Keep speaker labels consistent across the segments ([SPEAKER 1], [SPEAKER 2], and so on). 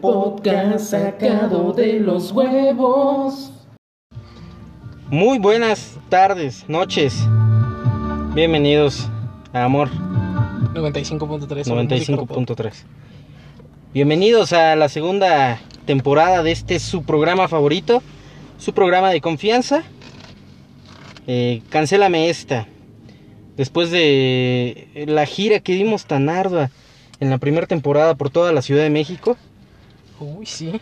[SPEAKER 1] podcast sacado de los huevos.
[SPEAKER 2] Muy buenas tardes, noches. Bienvenidos a Amor
[SPEAKER 1] 95.3.
[SPEAKER 2] 95.3. Bienvenidos a la segunda temporada de este su programa favorito, su programa de confianza. Eh, cancélame esta. Después de la gira que dimos tan ardua en la primera temporada por toda la Ciudad de México,
[SPEAKER 1] Uy, sí.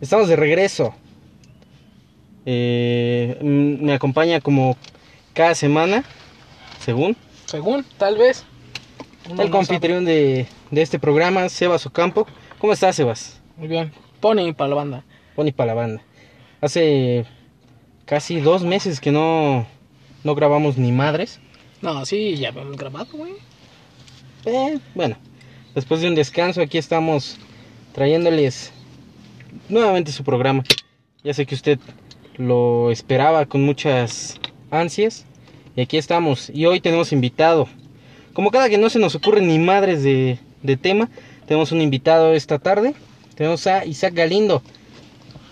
[SPEAKER 2] Estamos de regreso. Eh, m- me acompaña como cada semana, según
[SPEAKER 1] Según, tal vez. Uno
[SPEAKER 2] el
[SPEAKER 1] no sabe.
[SPEAKER 2] confitrión de, de este programa, Sebas Ocampo. ¿Cómo estás, Sebas?
[SPEAKER 1] Muy bien. Pony para la banda.
[SPEAKER 2] Pony para la banda. Hace casi dos meses que no, no grabamos ni madres.
[SPEAKER 1] No, sí, ya habíamos grabado, güey.
[SPEAKER 2] Eh, bueno, después de un descanso aquí estamos trayéndoles nuevamente su programa. Ya sé que usted lo esperaba con muchas ansias y aquí estamos. Y hoy tenemos invitado. Como cada que no se nos ocurre ni madres de, de tema, tenemos un invitado esta tarde. Tenemos a Isaac Galindo.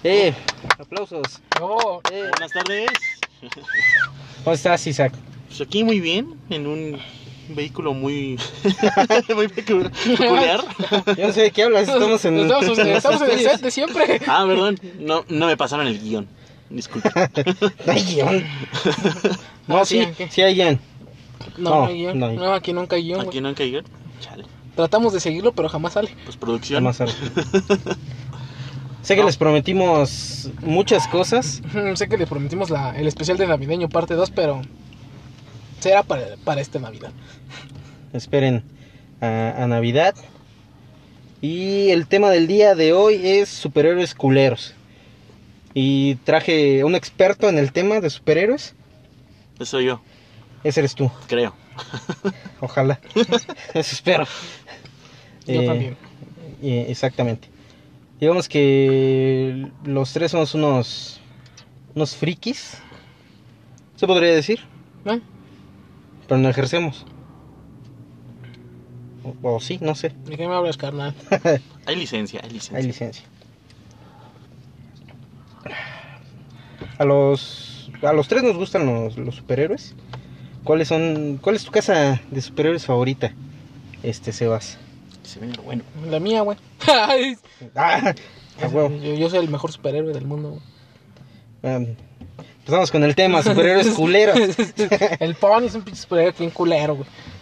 [SPEAKER 2] Eh, aplausos.
[SPEAKER 1] Oh,
[SPEAKER 2] Eh,
[SPEAKER 3] Buenas tardes.
[SPEAKER 2] ¿Cómo estás, Isaac?
[SPEAKER 3] Pues aquí muy bien, en un vehículo muy, muy pecu- peculiar.
[SPEAKER 2] Yo no sé de qué hablas, estamos en,
[SPEAKER 1] estamos,
[SPEAKER 2] en los
[SPEAKER 1] estamos en el
[SPEAKER 2] estudios.
[SPEAKER 1] set de siempre.
[SPEAKER 3] Ah, perdón, no, no me pasaron el guión. Disculpe.
[SPEAKER 2] Ay, guión. No,
[SPEAKER 1] Ah,
[SPEAKER 2] sí,
[SPEAKER 1] sí, ¿qué?
[SPEAKER 2] sí hay guión.
[SPEAKER 1] No,
[SPEAKER 2] No,
[SPEAKER 1] no, hay guión.
[SPEAKER 2] no hay.
[SPEAKER 1] No, aquí nunca hay guión,
[SPEAKER 3] Aquí
[SPEAKER 1] güey.
[SPEAKER 3] no han caído. Chale.
[SPEAKER 1] Tratamos de seguirlo, pero jamás sale.
[SPEAKER 3] Pues
[SPEAKER 2] Nada
[SPEAKER 3] producción.
[SPEAKER 2] más ahora. sé que
[SPEAKER 3] No.
[SPEAKER 2] les prometimos muchas cosas.
[SPEAKER 1] Ujú, Sé que les prometimos la, el especial de navideño parte 2, pero será para, para esta Navidad.
[SPEAKER 2] Esperen a, a Navidad. Y el tema del día de hoy es superhéroes culeros. Y traje un experto en el tema de superhéroes.
[SPEAKER 3] Eso yo,
[SPEAKER 2] Ese eres tú,
[SPEAKER 3] creo.
[SPEAKER 2] ojalá. Eso espero.
[SPEAKER 1] Yo
[SPEAKER 2] Eh,
[SPEAKER 1] también.
[SPEAKER 2] Eh, exactamente. Digamos que los tres somos unos unos frikis. Se podría decir,
[SPEAKER 1] ¿Eh?
[SPEAKER 2] pero no ejercemos. O, o sí, no sé.
[SPEAKER 1] ¿De qué me hablas, carnal?
[SPEAKER 3] Hay licencia, hay licencia.
[SPEAKER 2] Hay licencia. A los a los tres nos gustan los, los superhéroes. ¿Cuáles son cuál es tu casa de superhéroes favorita? Este Sebas.
[SPEAKER 3] Se viene lo bueno.
[SPEAKER 1] La mía, güey. Ay,
[SPEAKER 2] Ah, a huevo.
[SPEAKER 1] yo, yo soy el mejor superhéroe del mundo. güey.
[SPEAKER 2] Em, empezamos con el tema, superhéroes culeros.
[SPEAKER 1] el Pony es un pinche superhéroe bien culero, güey. Pues,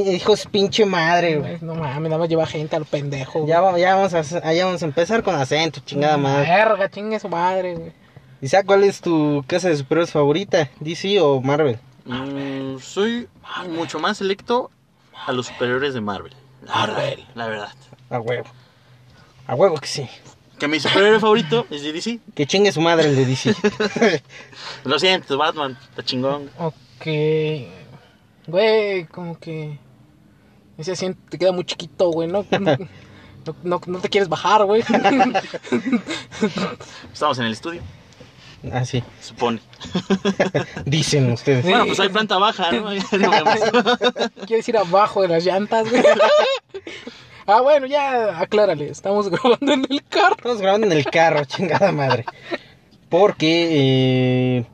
[SPEAKER 2] Pin- Hijos pinche madre, güey.
[SPEAKER 1] No mames, nada más lleva gente al pendejo. güey.
[SPEAKER 2] Ya, va- ya vamos a, hacer- ah, ya vamos a empezar con acento, chingada madre.
[SPEAKER 1] Verga, chingue su madre, güey.
[SPEAKER 2] Isaac, ¿cuál es tu casa de superhéroes favorita? ¿DC o Marvel?
[SPEAKER 3] Mm, soy ay, mucho más selecto a los superiores de Marvel. La verdad, la verdad.
[SPEAKER 2] A huevo. A huevo que sí.
[SPEAKER 3] Que mi superhéroe favorito es de DC.
[SPEAKER 2] Que chingue su madre el de DC.
[SPEAKER 3] Lo siento, Batman, está chingón.
[SPEAKER 1] Ok. Güey, como que. Ese asiento te queda muy chiquito, güey, ¿no? No, no, no te quieres bajar, güey.
[SPEAKER 3] Estamos en el estudio,
[SPEAKER 2] ah, sí.
[SPEAKER 3] supone.
[SPEAKER 2] Dicen ustedes.
[SPEAKER 3] Bueno, pues hay planta baja, ¿no? No vemos.
[SPEAKER 1] quieres ir abajo de las llantas, güey. Ah, bueno, ya aclárale. Estamos grabando en el carro.
[SPEAKER 2] Estamos grabando en el carro, chingada madre. Porque eh,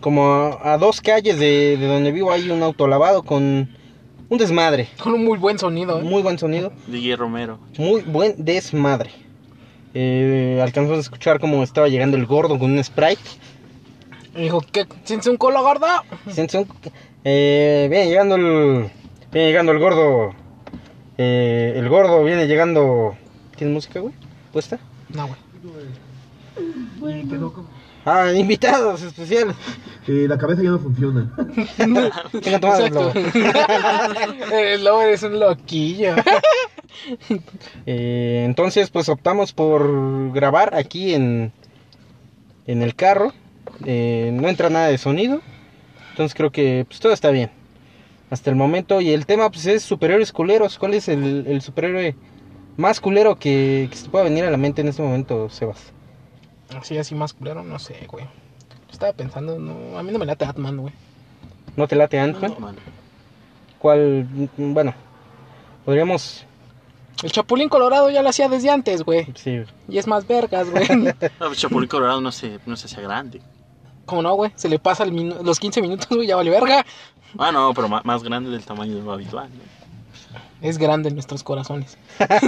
[SPEAKER 2] como a, a dos calles de, de donde vivo hay un auto lavado con un desmadre.
[SPEAKER 1] Con un muy buen sonido, ¿eh?
[SPEAKER 2] Muy buen sonido.
[SPEAKER 3] DJ Romero.
[SPEAKER 2] Muy buen desmadre. Eh, alcanzamos a escuchar cómo estaba llegando el gordo con un sprite.
[SPEAKER 1] Y dijo, ¿qué? ¿Sientes un colo gordo?
[SPEAKER 2] Simpson, eh, viene llegando el. Viene llegando el gordo. Eh, el gordo viene llegando. ¿Tienes música, güey? ¿Puesta?
[SPEAKER 1] No, güey.
[SPEAKER 4] Y qué loco.
[SPEAKER 2] Ah, invitados especiales.
[SPEAKER 4] Que la cabeza ya no funciona.
[SPEAKER 2] Venga, toma,
[SPEAKER 1] Exacto.
[SPEAKER 2] lobo.
[SPEAKER 1] el lobo es un loquillo.
[SPEAKER 2] Eh, entonces, pues optamos por grabar aquí en, en el carro. Eh, no entra nada de sonido. Entonces creo que pues, todo está bien. Hasta el momento. Y el tema pues, es superhéroes culeros. ¿Cuál es el, el superhéroe más culero que, que se te pueda venir a la mente en este momento, Sebas?
[SPEAKER 1] Así, así más culero, no sé, güey. Estaba pensando, no, a mí no me late Batman, güey.
[SPEAKER 2] ¿No te late ant
[SPEAKER 3] No, man.
[SPEAKER 2] ¿Cuál? mm, Bueno, podríamos
[SPEAKER 1] El Chapulín Colorado ya lo hacía desde antes, güey.
[SPEAKER 2] Sí, güey.
[SPEAKER 1] Y es más vergas, güey.
[SPEAKER 3] No, pues Chapulín Colorado no se, no se hacía grande.
[SPEAKER 1] Como no, güey. Se le pasa el minu- los 15 minutos, güey, ya vale verga.
[SPEAKER 3] Ah, no, pero ma- más grande del tamaño de lo habitual. ¿no?
[SPEAKER 1] Es grande en nuestros corazones.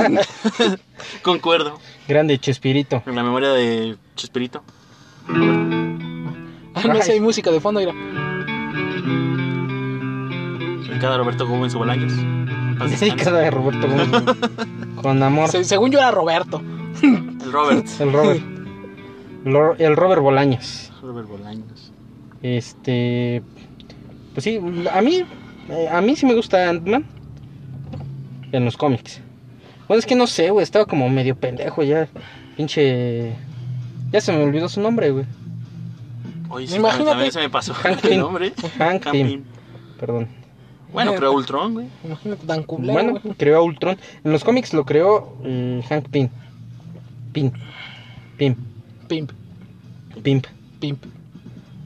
[SPEAKER 3] Concuerdo.
[SPEAKER 2] Grande Chespirito.
[SPEAKER 3] En la memoria de Chespirito.
[SPEAKER 1] Ah, no sé, hay música de fondo, mira.
[SPEAKER 3] En cada Roberto Gómez Bolaños. Paz
[SPEAKER 2] Sí,
[SPEAKER 3] descanse.
[SPEAKER 2] cara de Roberto Gómez. Con amor.
[SPEAKER 1] Se- según yo era Roberto.
[SPEAKER 3] El Robert.
[SPEAKER 2] El Robert. Lo- El Robert Bolaños.
[SPEAKER 3] Robert Bolaños.
[SPEAKER 2] Este. Pues sí, a mí. eh, A mí sí me gusta Ant-Man. En los cómics. Bueno, es que no sé, güey. Estaba como medio pendejo ya. Pinche. Ya se me olvidó su nombre, güey.
[SPEAKER 3] Oye, sí,
[SPEAKER 1] Imagínate.
[SPEAKER 3] también se me pasó
[SPEAKER 2] Hank
[SPEAKER 3] el
[SPEAKER 2] Pym.
[SPEAKER 3] nombre.
[SPEAKER 2] Hank
[SPEAKER 3] Hank
[SPEAKER 2] Pym.
[SPEAKER 3] Pym.
[SPEAKER 2] Perdón.
[SPEAKER 3] Bueno, creó Ultron, güey.
[SPEAKER 1] Imagínate tan culero,
[SPEAKER 2] Bueno,
[SPEAKER 1] güey.
[SPEAKER 2] creó a Ultron. En los cómics lo creó eh, Hank Pym. Pym. Pym.
[SPEAKER 1] Pimp,
[SPEAKER 2] Pimp.
[SPEAKER 1] pimp,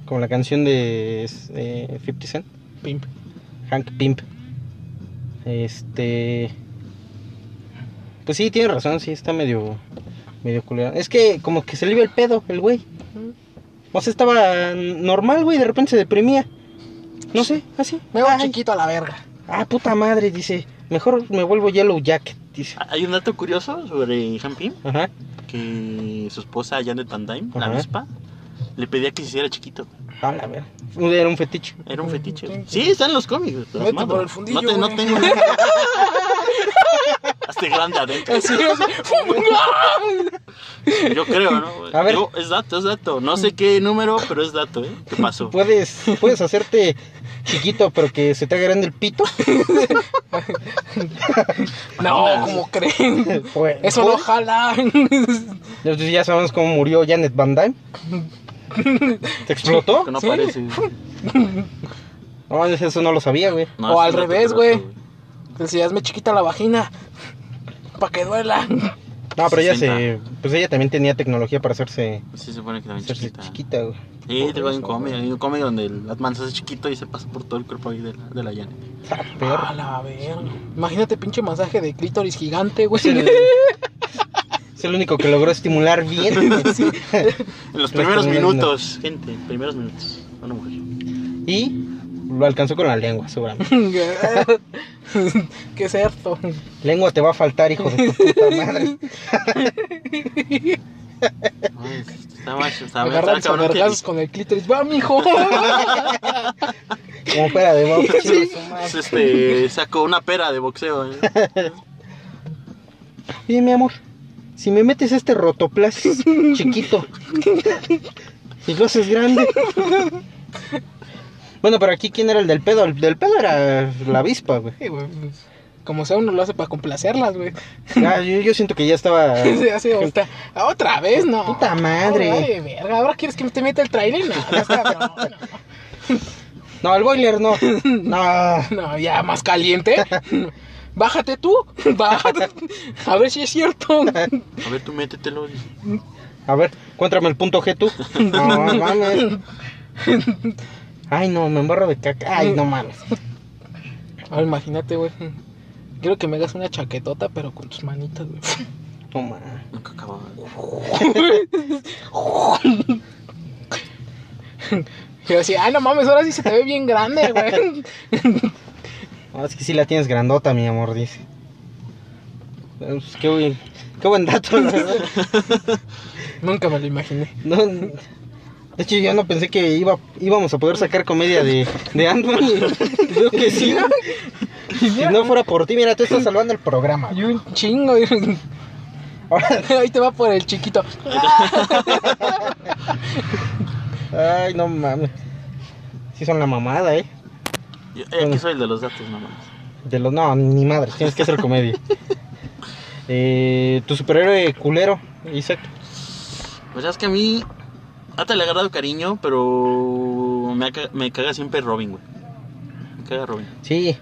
[SPEAKER 2] Como la canción de eh, 50 Cent.
[SPEAKER 1] pimp.
[SPEAKER 2] Hank Pimp. Este. Pues sí, tiene razón, sí, está medio. medio culero. Es que como que se le iba el pedo, el güey. O sea, estaba normal, güey, de repente se deprimía. No sé, así.
[SPEAKER 1] Me va
[SPEAKER 2] Ay,
[SPEAKER 1] chiquito a la verga.
[SPEAKER 2] Ah, puta madre, dice. Mejor me vuelvo Yellow Jacket, dice.
[SPEAKER 3] Ah, Hay un dato curioso sobre Hank Pym.
[SPEAKER 2] Ajá.
[SPEAKER 3] Que su esposa Janet Van Dyne, la
[SPEAKER 2] Ajá.
[SPEAKER 3] avispa, le pedía que se hiciera chiquito.
[SPEAKER 2] A la ver. Era un fetiche.
[SPEAKER 3] Era un fetiche. güey. Sí, está en los cómics.
[SPEAKER 1] Vete
[SPEAKER 3] plasmado.
[SPEAKER 1] por el fundillo,
[SPEAKER 3] No, te- no
[SPEAKER 1] güey.
[SPEAKER 3] tengo. Hazte grande adentro.
[SPEAKER 1] Así es.
[SPEAKER 3] Yo creo, ¿no?
[SPEAKER 2] A ver.
[SPEAKER 3] Yo- es dato, es dato. No sé qué número, pero es dato, ¿eh? ¿Qué pasó?
[SPEAKER 2] Pues, Puedes, puedes hacerte chiquito, pero que se te haga grande el pito.
[SPEAKER 1] no, como creen.
[SPEAKER 2] Pues,
[SPEAKER 1] Eso no jala.
[SPEAKER 2] Entonces ya sabemos cómo murió Janet Van Dyne. ¿Te explotó?
[SPEAKER 3] Que no
[SPEAKER 1] Sí.
[SPEAKER 3] parece.
[SPEAKER 2] No, eso no lo sabía, güey.
[SPEAKER 3] No,
[SPEAKER 1] O
[SPEAKER 3] es
[SPEAKER 1] al
[SPEAKER 3] un dato
[SPEAKER 1] revés,
[SPEAKER 3] curioso,
[SPEAKER 1] güey. Si hazme chiquita la vagina. Pa' que duela.
[SPEAKER 2] No, pero ella
[SPEAKER 3] 60.
[SPEAKER 2] se. Pues ella también tenía tecnología para hacerse,
[SPEAKER 3] Sí, se supone que también
[SPEAKER 2] hacerse
[SPEAKER 3] chiquita.
[SPEAKER 2] chiquita, güey.
[SPEAKER 3] Sí, tengo un cómic. Hay un cómic donde el Batman se hace chiquito y se pasa por todo el cuerpo ahí de la, de la Janet.
[SPEAKER 2] Ah, peor.
[SPEAKER 1] A la verga. Imagínate pinche masaje de clítoris gigante, güey.
[SPEAKER 2] Es el, es el único que logró estimular bien.
[SPEAKER 3] En los
[SPEAKER 2] Pero
[SPEAKER 3] primeros
[SPEAKER 2] está muy
[SPEAKER 3] minutos, gente, primeros minutos. Una mujer.
[SPEAKER 2] Y lo alcanzó con la lengua, seguramente.
[SPEAKER 1] Qué cierto.
[SPEAKER 2] Lengua te va a faltar, hijo de tu puta madre.
[SPEAKER 3] Ay, Está más, está más.
[SPEAKER 1] Agarrar
[SPEAKER 3] Está
[SPEAKER 1] los
[SPEAKER 3] cabrón que-
[SPEAKER 1] vergazos con el clítoris. ¡Va, mijo!
[SPEAKER 2] Como fuera de modo.
[SPEAKER 3] Sí, es este, sacó una pera de boxeo. ¿eh?
[SPEAKER 2] Oye, mi amor, si me metes este rotoplas chiquito y lo haces grande. Bueno, pero aquí, ¿quién era el del pedo? El del pedo era la avispa, güey.
[SPEAKER 1] Sí, güey, pues, Como sea, uno lo hace para complacerlas, güey.
[SPEAKER 2] Ya, yo, yo siento que ya estaba.
[SPEAKER 1] Se hace otra, otra vez, no.
[SPEAKER 2] Puta madre.
[SPEAKER 1] Ahora, de verga, ahora quieres que te meta el trailer, no, no, está, cabrón,
[SPEAKER 2] No, el boiler no. No.
[SPEAKER 1] no, no, ya más caliente. Bájate tú, bájate. A ver si es cierto.
[SPEAKER 3] A ver, tú métetelo.
[SPEAKER 2] A ver, cuéntame el punto G tú. No, mames. Ay, no, me embarro de caca. Ay, no mames.
[SPEAKER 1] Ahora imagínate, güey. Quiero que me hagas una chaquetota, pero con tus manitas, güey.
[SPEAKER 2] No mames.
[SPEAKER 3] Nunca acababa.
[SPEAKER 1] Y yo decía, ay, no mames, ahora sí se te ve bien grande, güey.
[SPEAKER 2] No, Ah, es que sí la tienes grandota, mi amor, dice. Pues, qué, buen, qué buen dato, la verdad.
[SPEAKER 1] Nunca me lo imaginé.
[SPEAKER 2] No, de hecho, yo no pensé que iba, íbamos a poder sacar comedia de, de Ant-Man. y Creo que sí. Si no fuera por ti, mira, tú estás salvando el programa.
[SPEAKER 1] Y un chingo. y-
[SPEAKER 2] Ahora-
[SPEAKER 1] Ahí te va por el chiquito.
[SPEAKER 2] ay, no mames. Sí son la mamada, ¿eh?
[SPEAKER 3] Yo, eh, aquí soy el de los datos, nomás.
[SPEAKER 2] De los... No, ni madres, tienes que hacer comedia. Eh, tu superhéroe culero, Isaac.
[SPEAKER 3] Pues es que a mí. Hasta le he agarrado cariño, pero. Me, ca- me caga siempre Robin, güey. Me caga Robin.
[SPEAKER 2] Sí,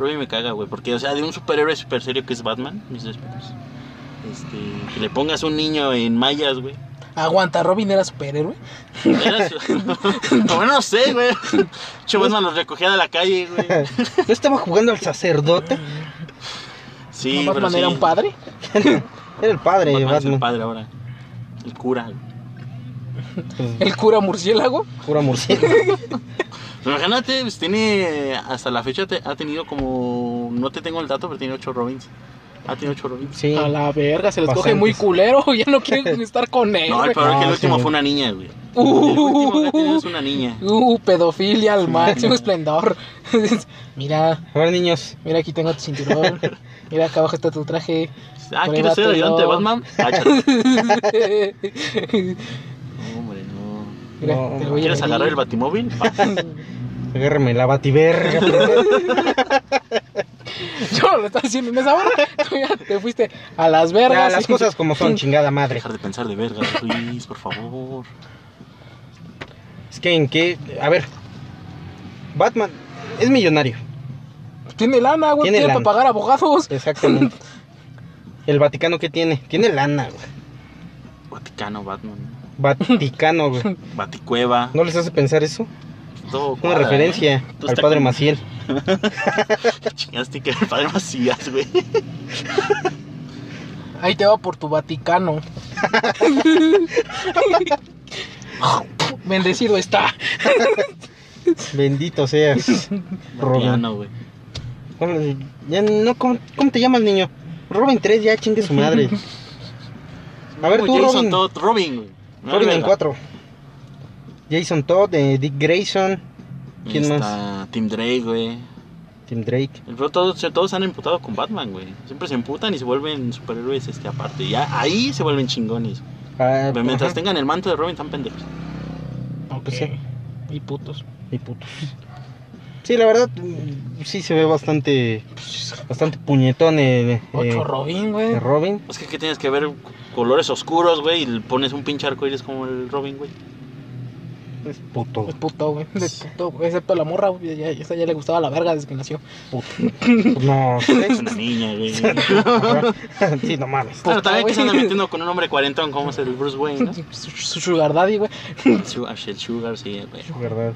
[SPEAKER 3] Robin me caga, güey. Porque, o sea, de un superhéroe super serio que es Batman, mis respetos. Este. Que le pongas un niño en mallas, güey.
[SPEAKER 1] Aguanta, Robin era superhéroe.
[SPEAKER 3] Era su- bueno, no sé, güey. Che, Batman los recogía de la calle, güey.
[SPEAKER 2] no estaba jugando al sacerdote.
[SPEAKER 3] Sí,
[SPEAKER 1] ¿No
[SPEAKER 3] pero
[SPEAKER 1] Batman
[SPEAKER 3] sí.
[SPEAKER 1] era un padre?
[SPEAKER 2] Era el padre de
[SPEAKER 3] Batman es el
[SPEAKER 2] Batman.
[SPEAKER 3] padre ahora. El cura. güey.
[SPEAKER 2] Pues,
[SPEAKER 1] ¿El cura murciélago?
[SPEAKER 2] pura murciélago.
[SPEAKER 3] Imagínate, pues tiene. Hasta la fecha te- ha tenido como. No te tengo el dato, pero tiene ocho Robins. Ha tenido ocho Robins.
[SPEAKER 2] Sí.
[SPEAKER 1] A la verga, se los coge
[SPEAKER 2] Bastantes.
[SPEAKER 1] muy culero. Ya no quieren estar con él.
[SPEAKER 3] No,
[SPEAKER 1] güey.
[SPEAKER 3] el peor es que el
[SPEAKER 2] Ah,
[SPEAKER 3] último
[SPEAKER 2] sí.
[SPEAKER 3] fue una niña, güey. El último que ha tenido es
[SPEAKER 1] Uh,
[SPEAKER 3] una niña.
[SPEAKER 1] uh, pedofilia al máximo esplendor. mira,
[SPEAKER 2] A ver, niños.
[SPEAKER 1] mira, aquí tengo tu cinturón. Mira, acá abajo está tu traje.
[SPEAKER 3] Ah,
[SPEAKER 1] Pruébatelo.
[SPEAKER 3] ¿quieres ser ayudante de Batman? Cáchate. No, hombre, no.
[SPEAKER 1] Mira,
[SPEAKER 2] No,
[SPEAKER 1] te
[SPEAKER 2] no.
[SPEAKER 1] lo voy a
[SPEAKER 3] ¿Quieres
[SPEAKER 1] medir.
[SPEAKER 3] agarrar el batimóvil? Pa.
[SPEAKER 2] Agárrame la bativerga.
[SPEAKER 1] Yo no lo estaba haciendo en esa hora. Tú ya te fuiste a las vergas.
[SPEAKER 2] Ya, las cosas como son, chingada madre.
[SPEAKER 3] Dejar de pensar de verga, Luis, por favor.
[SPEAKER 2] Es que en qué. A ver. Batman es millonario.
[SPEAKER 1] Tiene lana, güey.
[SPEAKER 2] Tiene
[SPEAKER 1] Tiene para
[SPEAKER 2] lana.
[SPEAKER 1] pagar abogados.
[SPEAKER 2] Exactamente. El Vaticano, ¿qué tiene? Tiene lana, güey.
[SPEAKER 3] Vaticano, Batman.
[SPEAKER 2] Vaticano, güey.
[SPEAKER 3] Baticueva.
[SPEAKER 2] ¿No les hace pensar eso?
[SPEAKER 3] Todo
[SPEAKER 2] Una
[SPEAKER 3] cuadra,
[SPEAKER 2] referencia
[SPEAKER 3] ¿eh? Tú
[SPEAKER 2] al
[SPEAKER 3] está
[SPEAKER 2] padre
[SPEAKER 3] con-
[SPEAKER 2] Maciel.
[SPEAKER 3] Chingaste que era el padre Macías, güey.
[SPEAKER 1] Ahí te va por tu Vaticano. Bendecido está.
[SPEAKER 2] Bendito seas. Robin.
[SPEAKER 3] Vaticano, güey.
[SPEAKER 2] Bueno, Ya no, ¿cómo, cómo te llamas, niño? Robin 3, ya chingue su madre. A ver,
[SPEAKER 3] Como
[SPEAKER 2] tú,
[SPEAKER 3] Jason
[SPEAKER 2] Robin.
[SPEAKER 3] Todd, Robin, güey. No,
[SPEAKER 2] Robin en
[SPEAKER 3] verga.
[SPEAKER 2] 4. Jason Todd, eh, Dick Grayson,
[SPEAKER 3] Ahí
[SPEAKER 2] ¿Quién más?
[SPEAKER 3] está Tim Drake, güey.
[SPEAKER 2] Tim Drake.
[SPEAKER 3] El pro- Todos, todos se han emputado con Batman, güey. Siempre se emputan y se vuelven superhéroes este aparte. Ya ahí se vuelven chingones.
[SPEAKER 2] Ah,
[SPEAKER 3] Pero mientras
[SPEAKER 2] ajá,
[SPEAKER 3] tengan el manto de Robin, están pendejos.
[SPEAKER 2] pues sí.
[SPEAKER 1] Y putos.
[SPEAKER 2] Y putos. Sí, la verdad, mm, sí se ve bastante. Bastante puñetón eh,
[SPEAKER 1] Ocho
[SPEAKER 2] eh,
[SPEAKER 1] Robin, güey.
[SPEAKER 2] eh, Robin.
[SPEAKER 3] Es que, ¿qué tienes que ver c- colores oscuros, güey, y le pones un pinche arco iris como el Robin, güey.
[SPEAKER 2] Es puto,
[SPEAKER 1] Es puto, güey. Es puto, güey. Excepto la morra, güey. Ya, ya, esa ya le gustaba la verga desde que nació.
[SPEAKER 2] puto. No,
[SPEAKER 3] Es
[SPEAKER 2] sí,
[SPEAKER 3] una niña, güey.
[SPEAKER 2] ajá. sí, no mames.
[SPEAKER 3] Pero también que se anda
[SPEAKER 1] güey.
[SPEAKER 3] metiendo con un hombre cuarentón como es el Bruce Wayne, ¿no?
[SPEAKER 1] Su, su sugar daddy, güey.
[SPEAKER 3] Su- El Sugar, sí, güey.
[SPEAKER 2] Verdad.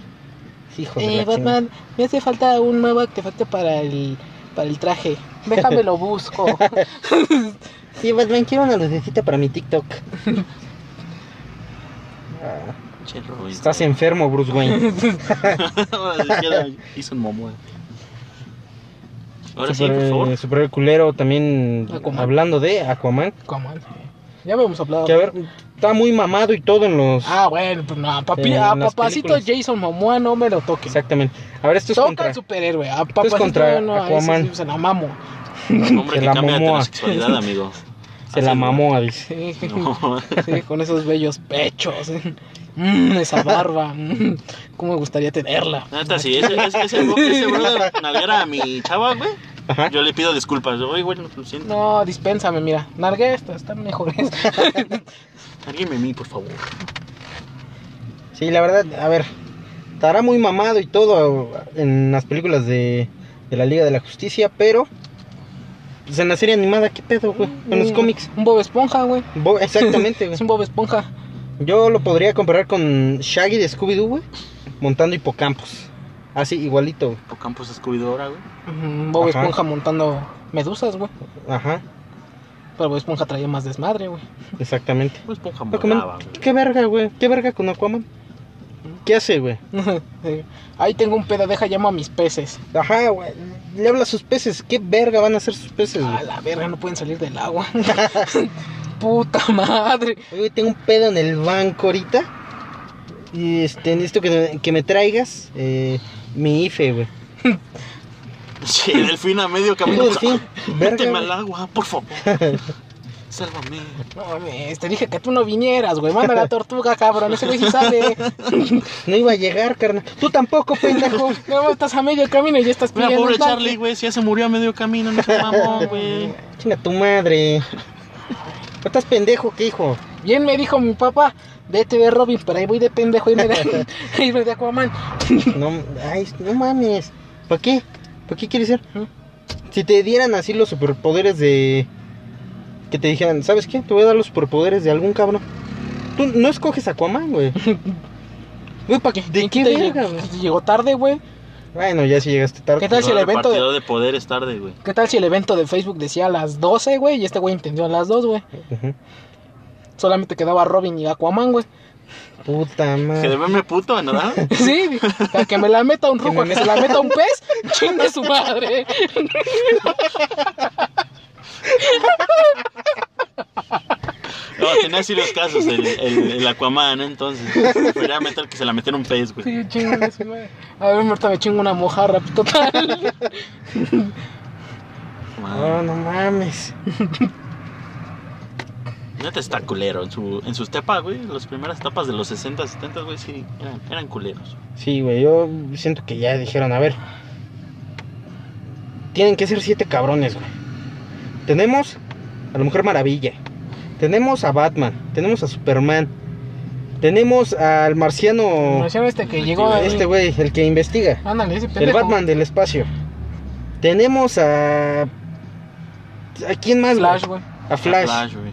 [SPEAKER 2] Hijo de
[SPEAKER 1] Eh,
[SPEAKER 2] la chingada.
[SPEAKER 1] Batman, me hace falta un nuevo artefacto para el, para el traje. Déjame lo busco.
[SPEAKER 2] Sí, Batman, quiero una lucecita para mi TikTok. Ah,
[SPEAKER 3] Che, Robin.
[SPEAKER 2] estás enfermo, Bruce Wayne.
[SPEAKER 3] Ahora sí queda Jason Momoa. Ahora sí,
[SPEAKER 2] Super-
[SPEAKER 3] por favor.
[SPEAKER 2] Super culero también
[SPEAKER 1] Aquaman.
[SPEAKER 2] hablando de Aquaman.
[SPEAKER 1] ¿Cómo? Ya habíamos hablado.
[SPEAKER 2] Que a ver, está muy mamado y todo en los.
[SPEAKER 1] Ah, bueno, pues no, papi,
[SPEAKER 2] Eh,
[SPEAKER 1] a
[SPEAKER 2] en las
[SPEAKER 1] papacito
[SPEAKER 2] películas.
[SPEAKER 1] Jason Momoa no me lo toque.
[SPEAKER 2] Exactamente. A ver, esto es
[SPEAKER 1] Toca
[SPEAKER 2] contra.
[SPEAKER 1] al superhéroe, a papacito
[SPEAKER 2] contra
[SPEAKER 1] no, a ese
[SPEAKER 2] Aquaman.
[SPEAKER 1] sí, se la mamo.
[SPEAKER 3] Un hombre
[SPEAKER 2] Se
[SPEAKER 3] que
[SPEAKER 2] la
[SPEAKER 3] cambia de
[SPEAKER 2] momoa.
[SPEAKER 3] sexualidad, amigo.
[SPEAKER 2] Se la
[SPEAKER 3] Así,
[SPEAKER 2] mamó, dice.
[SPEAKER 1] Sí,
[SPEAKER 3] No.
[SPEAKER 1] sí, con esos bellos pechos. eh. Mm, esa barba. mm, cómo me gustaría tenerla.
[SPEAKER 3] La Neta, sí, ese, ese, ese, bro- ese brother nalguera a mi chava, güey.
[SPEAKER 2] Ajá.
[SPEAKER 3] Yo le pido disculpas. Oye, güey, no lo siento.
[SPEAKER 1] No, dispénsame, mira. Nargué estas, están mejores.
[SPEAKER 3] Alguien a mí, por favor.
[SPEAKER 2] Sí, la verdad, a ver. Estará muy mamado y todo en las películas de, de la Liga de la Justicia, pero. Pues en la serie animada, ¿qué pedo, güey? En los
[SPEAKER 1] Mm,
[SPEAKER 2] cómics.
[SPEAKER 1] Un Bob Esponja, güey.
[SPEAKER 2] Bo- exactamente, güey.
[SPEAKER 1] Es un Bob Esponja.
[SPEAKER 2] Yo lo podría comparar con Shaggy de Scooby-Doo, güey. Montando hipocampos. Así, igualito, güey.
[SPEAKER 3] Hipocampos descubridora, güey.
[SPEAKER 1] Mm, Bob
[SPEAKER 2] Ajá.
[SPEAKER 1] Esponja montando medusas, güey.
[SPEAKER 2] Ajá,
[SPEAKER 1] Pero Bob Esponja traía más desmadre, güey.
[SPEAKER 2] exactamente.
[SPEAKER 3] Pues ponja
[SPEAKER 2] Aquaman,
[SPEAKER 3] moraba, güey.
[SPEAKER 2] ¿Qué verga, güey? ¿Qué verga con Aquaman? ¿Qué hace, güey?
[SPEAKER 1] Sí. Ahí tengo un pedo, deja llamo a mis peces.
[SPEAKER 2] Ajá, güey. Le habla a sus peces. ¿Qué verga van a hacer sus peces,
[SPEAKER 1] A
[SPEAKER 2] güey?
[SPEAKER 1] la verga, no pueden salir del agua. Puta madre.
[SPEAKER 2] Oye, tengo un pedo en el banco ahorita. Y este, necesito que, que me traigas eh, mi IFE, güey.
[SPEAKER 3] Che, delfín a medio camino. "Ah,
[SPEAKER 2] Un delfín, verga,
[SPEAKER 3] Méteme
[SPEAKER 2] güey.
[SPEAKER 3] al agua, por favor. Sálvame.
[SPEAKER 1] No mames, te dije que tú no vinieras, güey. Manda la tortuga, cabrón. Ese güey sí sale.
[SPEAKER 2] No iba a llegar, carnal. Tú tampoco, pendejo.
[SPEAKER 1] No, estás a medio camino y ya estás
[SPEAKER 3] Mira,
[SPEAKER 1] pidiendo
[SPEAKER 3] pobre
[SPEAKER 1] un taxi.
[SPEAKER 3] Charlie, güey. Si ya se murió a medio camino, no se mamó, güey.
[SPEAKER 2] Chinga tu madre. ¿No estás pendejo, qué hijo?
[SPEAKER 1] Bien me dijo mi papá, vete de Robin, pero ahí voy de pendejo y me de, irme de Aquaman.
[SPEAKER 2] No, ay, no mames. ¿Para qué? ¿Para qué quieres ser?
[SPEAKER 1] ¿Mm?
[SPEAKER 2] Si te dieran así los superpoderes de. Que te dijeran, ¿sabes qué? Te voy a dar los superpoderes de algún cabrón. Tú no escoges a Aquaman, güey. Güey, ¿pa- ¿De qué
[SPEAKER 1] Te llegó-
[SPEAKER 2] verga, güey?
[SPEAKER 1] Llegó tarde, güey.
[SPEAKER 2] Bueno, ya si llegaste tarde.
[SPEAKER 1] ¿Qué tal si el evento de-
[SPEAKER 3] repartidor de... poder es tarde, güey.
[SPEAKER 1] ¿Qué tal si el evento de Facebook decía a las 12, güey? Y este güey entendió a las 2, güey.
[SPEAKER 2] Ujú.
[SPEAKER 1] Solamente quedaba Robin y Aquaman, güey.
[SPEAKER 2] Puta
[SPEAKER 3] Que
[SPEAKER 2] madre.
[SPEAKER 3] deberme puto, ¿verdad?
[SPEAKER 1] Sí, a que me la meta un
[SPEAKER 2] Que me
[SPEAKER 1] ruco, a que
[SPEAKER 2] meta-
[SPEAKER 1] se la meta un pez, chingue su madre.
[SPEAKER 3] No, tenía así los casos, el, el, el Aquaman, ¿no? Entonces, podría meter que se la metiera un pez, güey.
[SPEAKER 1] Sí, chingue su madre. A ver, ahorita me chingo una mojarra pues, total.
[SPEAKER 3] Madre.
[SPEAKER 2] No, no mames.
[SPEAKER 3] Neta está culero. En, su, en sus tapas, güey, las primeras tapas de los 60, 70, güey, sí, eran, eran culeros.
[SPEAKER 2] Sí, güey, yo siento que ya dijeron, a ver. Tienen que ser siete cabrones, güey. Tenemos a la Mujer Maravilla. Tenemos a Batman. Tenemos a Superman. Tenemos al marciano.
[SPEAKER 1] Menciono este que llegó ahí.
[SPEAKER 2] Este güey, el que investiga.
[SPEAKER 1] Ándale, ese
[SPEAKER 2] El
[SPEAKER 1] pendejo.
[SPEAKER 2] Batman del espacio. Tenemos a. ¿A quién más? güey?
[SPEAKER 1] Flash, güey.
[SPEAKER 2] A Flash.
[SPEAKER 3] Flash, güey.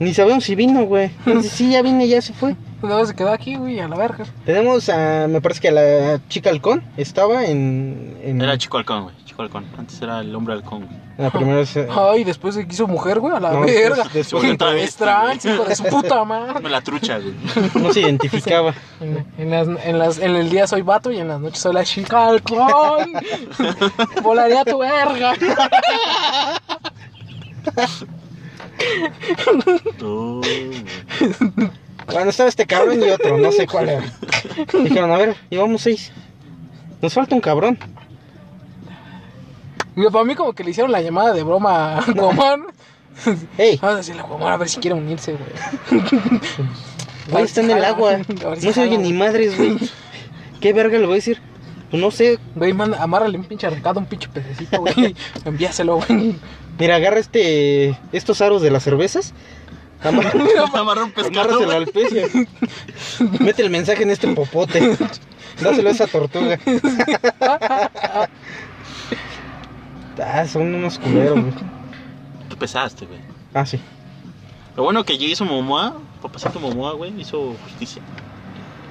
[SPEAKER 2] Ni sabemos si vino, güey. Dice, Sí, ya vine, ya se fue.
[SPEAKER 1] Luego Pues, se quedó aquí, güey, a la verga.
[SPEAKER 2] Tenemos a. Me parece que la chica halcón estaba en. en
[SPEAKER 3] Era Chico Halcón, güey. Chico Halcón. Antes era el hombre halcón, güey.
[SPEAKER 2] La primera vez. eh,
[SPEAKER 1] Ay, después se quiso mujer, güey, a la
[SPEAKER 2] No, después-
[SPEAKER 1] verga.
[SPEAKER 2] después
[SPEAKER 3] se volvió travesti,
[SPEAKER 1] es trans, hijo de su puta madre.
[SPEAKER 3] Dame la trucha, güey.
[SPEAKER 2] no se identificaba.
[SPEAKER 1] En, en las, en, las, en el día soy vato y en las noches soy la chica halcón. Volaría tu verga.
[SPEAKER 3] No, güey.
[SPEAKER 2] Bueno, estaba este cabrón y otro, no sé cuál era. Dijeron, a ver, llevamos seis. Nos falta un cabrón.
[SPEAKER 1] Mira, para mí como que le hicieron la llamada de broma a Aquaman.
[SPEAKER 2] ¡Ey!
[SPEAKER 1] Vamos a decirle a Aquaman a ver si quiere unirse, güey.
[SPEAKER 2] Güey, está en el agua.
[SPEAKER 1] A ver si
[SPEAKER 2] No se
[SPEAKER 1] jala.
[SPEAKER 2] oye ni madres, güey. ¿Qué verga le voy a decir? Pues no sé,
[SPEAKER 1] Güey, manda, amárrale un pinche arrancado, un pinche pececito, güey. Envíaselo, güey.
[SPEAKER 2] Mira, agarra este, estos aros de las cervezas. amar-
[SPEAKER 3] Amarró un pescado,
[SPEAKER 2] Amárraselo
[SPEAKER 3] güey.
[SPEAKER 2] al pez. y- Mete el mensaje en este popote. Dáselo a esa tortuga. ah, son unos culeros, güey.
[SPEAKER 3] Tú pesaste, güey.
[SPEAKER 2] Ah, sí.
[SPEAKER 3] Lo bueno que hizo Momoa, papacito Momoa, güey, hizo justicia.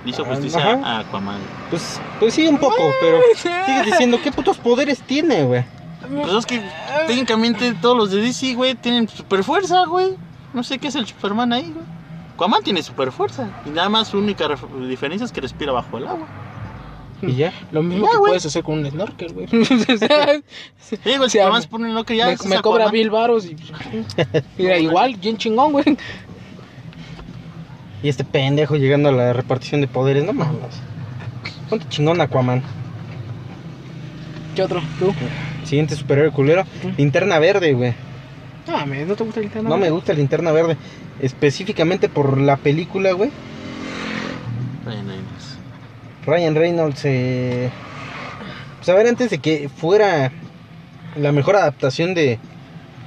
[SPEAKER 3] Le hizo
[SPEAKER 2] Ah,
[SPEAKER 3] justicia
[SPEAKER 2] ajá.
[SPEAKER 3] a Aquaman. güey.
[SPEAKER 2] Pues, pues sí, un poco, pero sigues diciendo, ¿qué putos poderes tiene, güey?
[SPEAKER 3] Pues es que técnicamente todos los de DC, güey, tienen super fuerza, güey. No sé qué es el Superman ahí, güey. Aquaman tiene super fuerza. Y nada más su única ref- diferencia es que respira bajo el agua.
[SPEAKER 2] Y ya.
[SPEAKER 1] Lo mismo
[SPEAKER 3] Ya,
[SPEAKER 1] que
[SPEAKER 3] güey.
[SPEAKER 1] puedes hacer con un snorkel, güey. O sea,
[SPEAKER 3] Sí, güey,
[SPEAKER 1] Sí,
[SPEAKER 3] si nada más
[SPEAKER 1] me-
[SPEAKER 3] pone lo que ya
[SPEAKER 1] me,
[SPEAKER 3] es
[SPEAKER 1] me
[SPEAKER 3] Aquaman.
[SPEAKER 1] cobra mil varos y... Mira, igual, bien chingón, güey.
[SPEAKER 2] Y este pendejo llegando a la repartición de poderes, no mames. ¿Cuánto chingón Aquaman?
[SPEAKER 1] ¿Qué otro? ¿Tú?
[SPEAKER 2] Siguiente superhéroe culero, linterna verde, güey.
[SPEAKER 1] No, mames, ¿no te gusta el
[SPEAKER 2] No me gusta Linterna Verde. Específicamente por la película, güey.
[SPEAKER 3] Bueno, ahí nos-
[SPEAKER 2] Ryan Reynolds eh, Pues a ver, antes de que fuera la mejor adaptación de,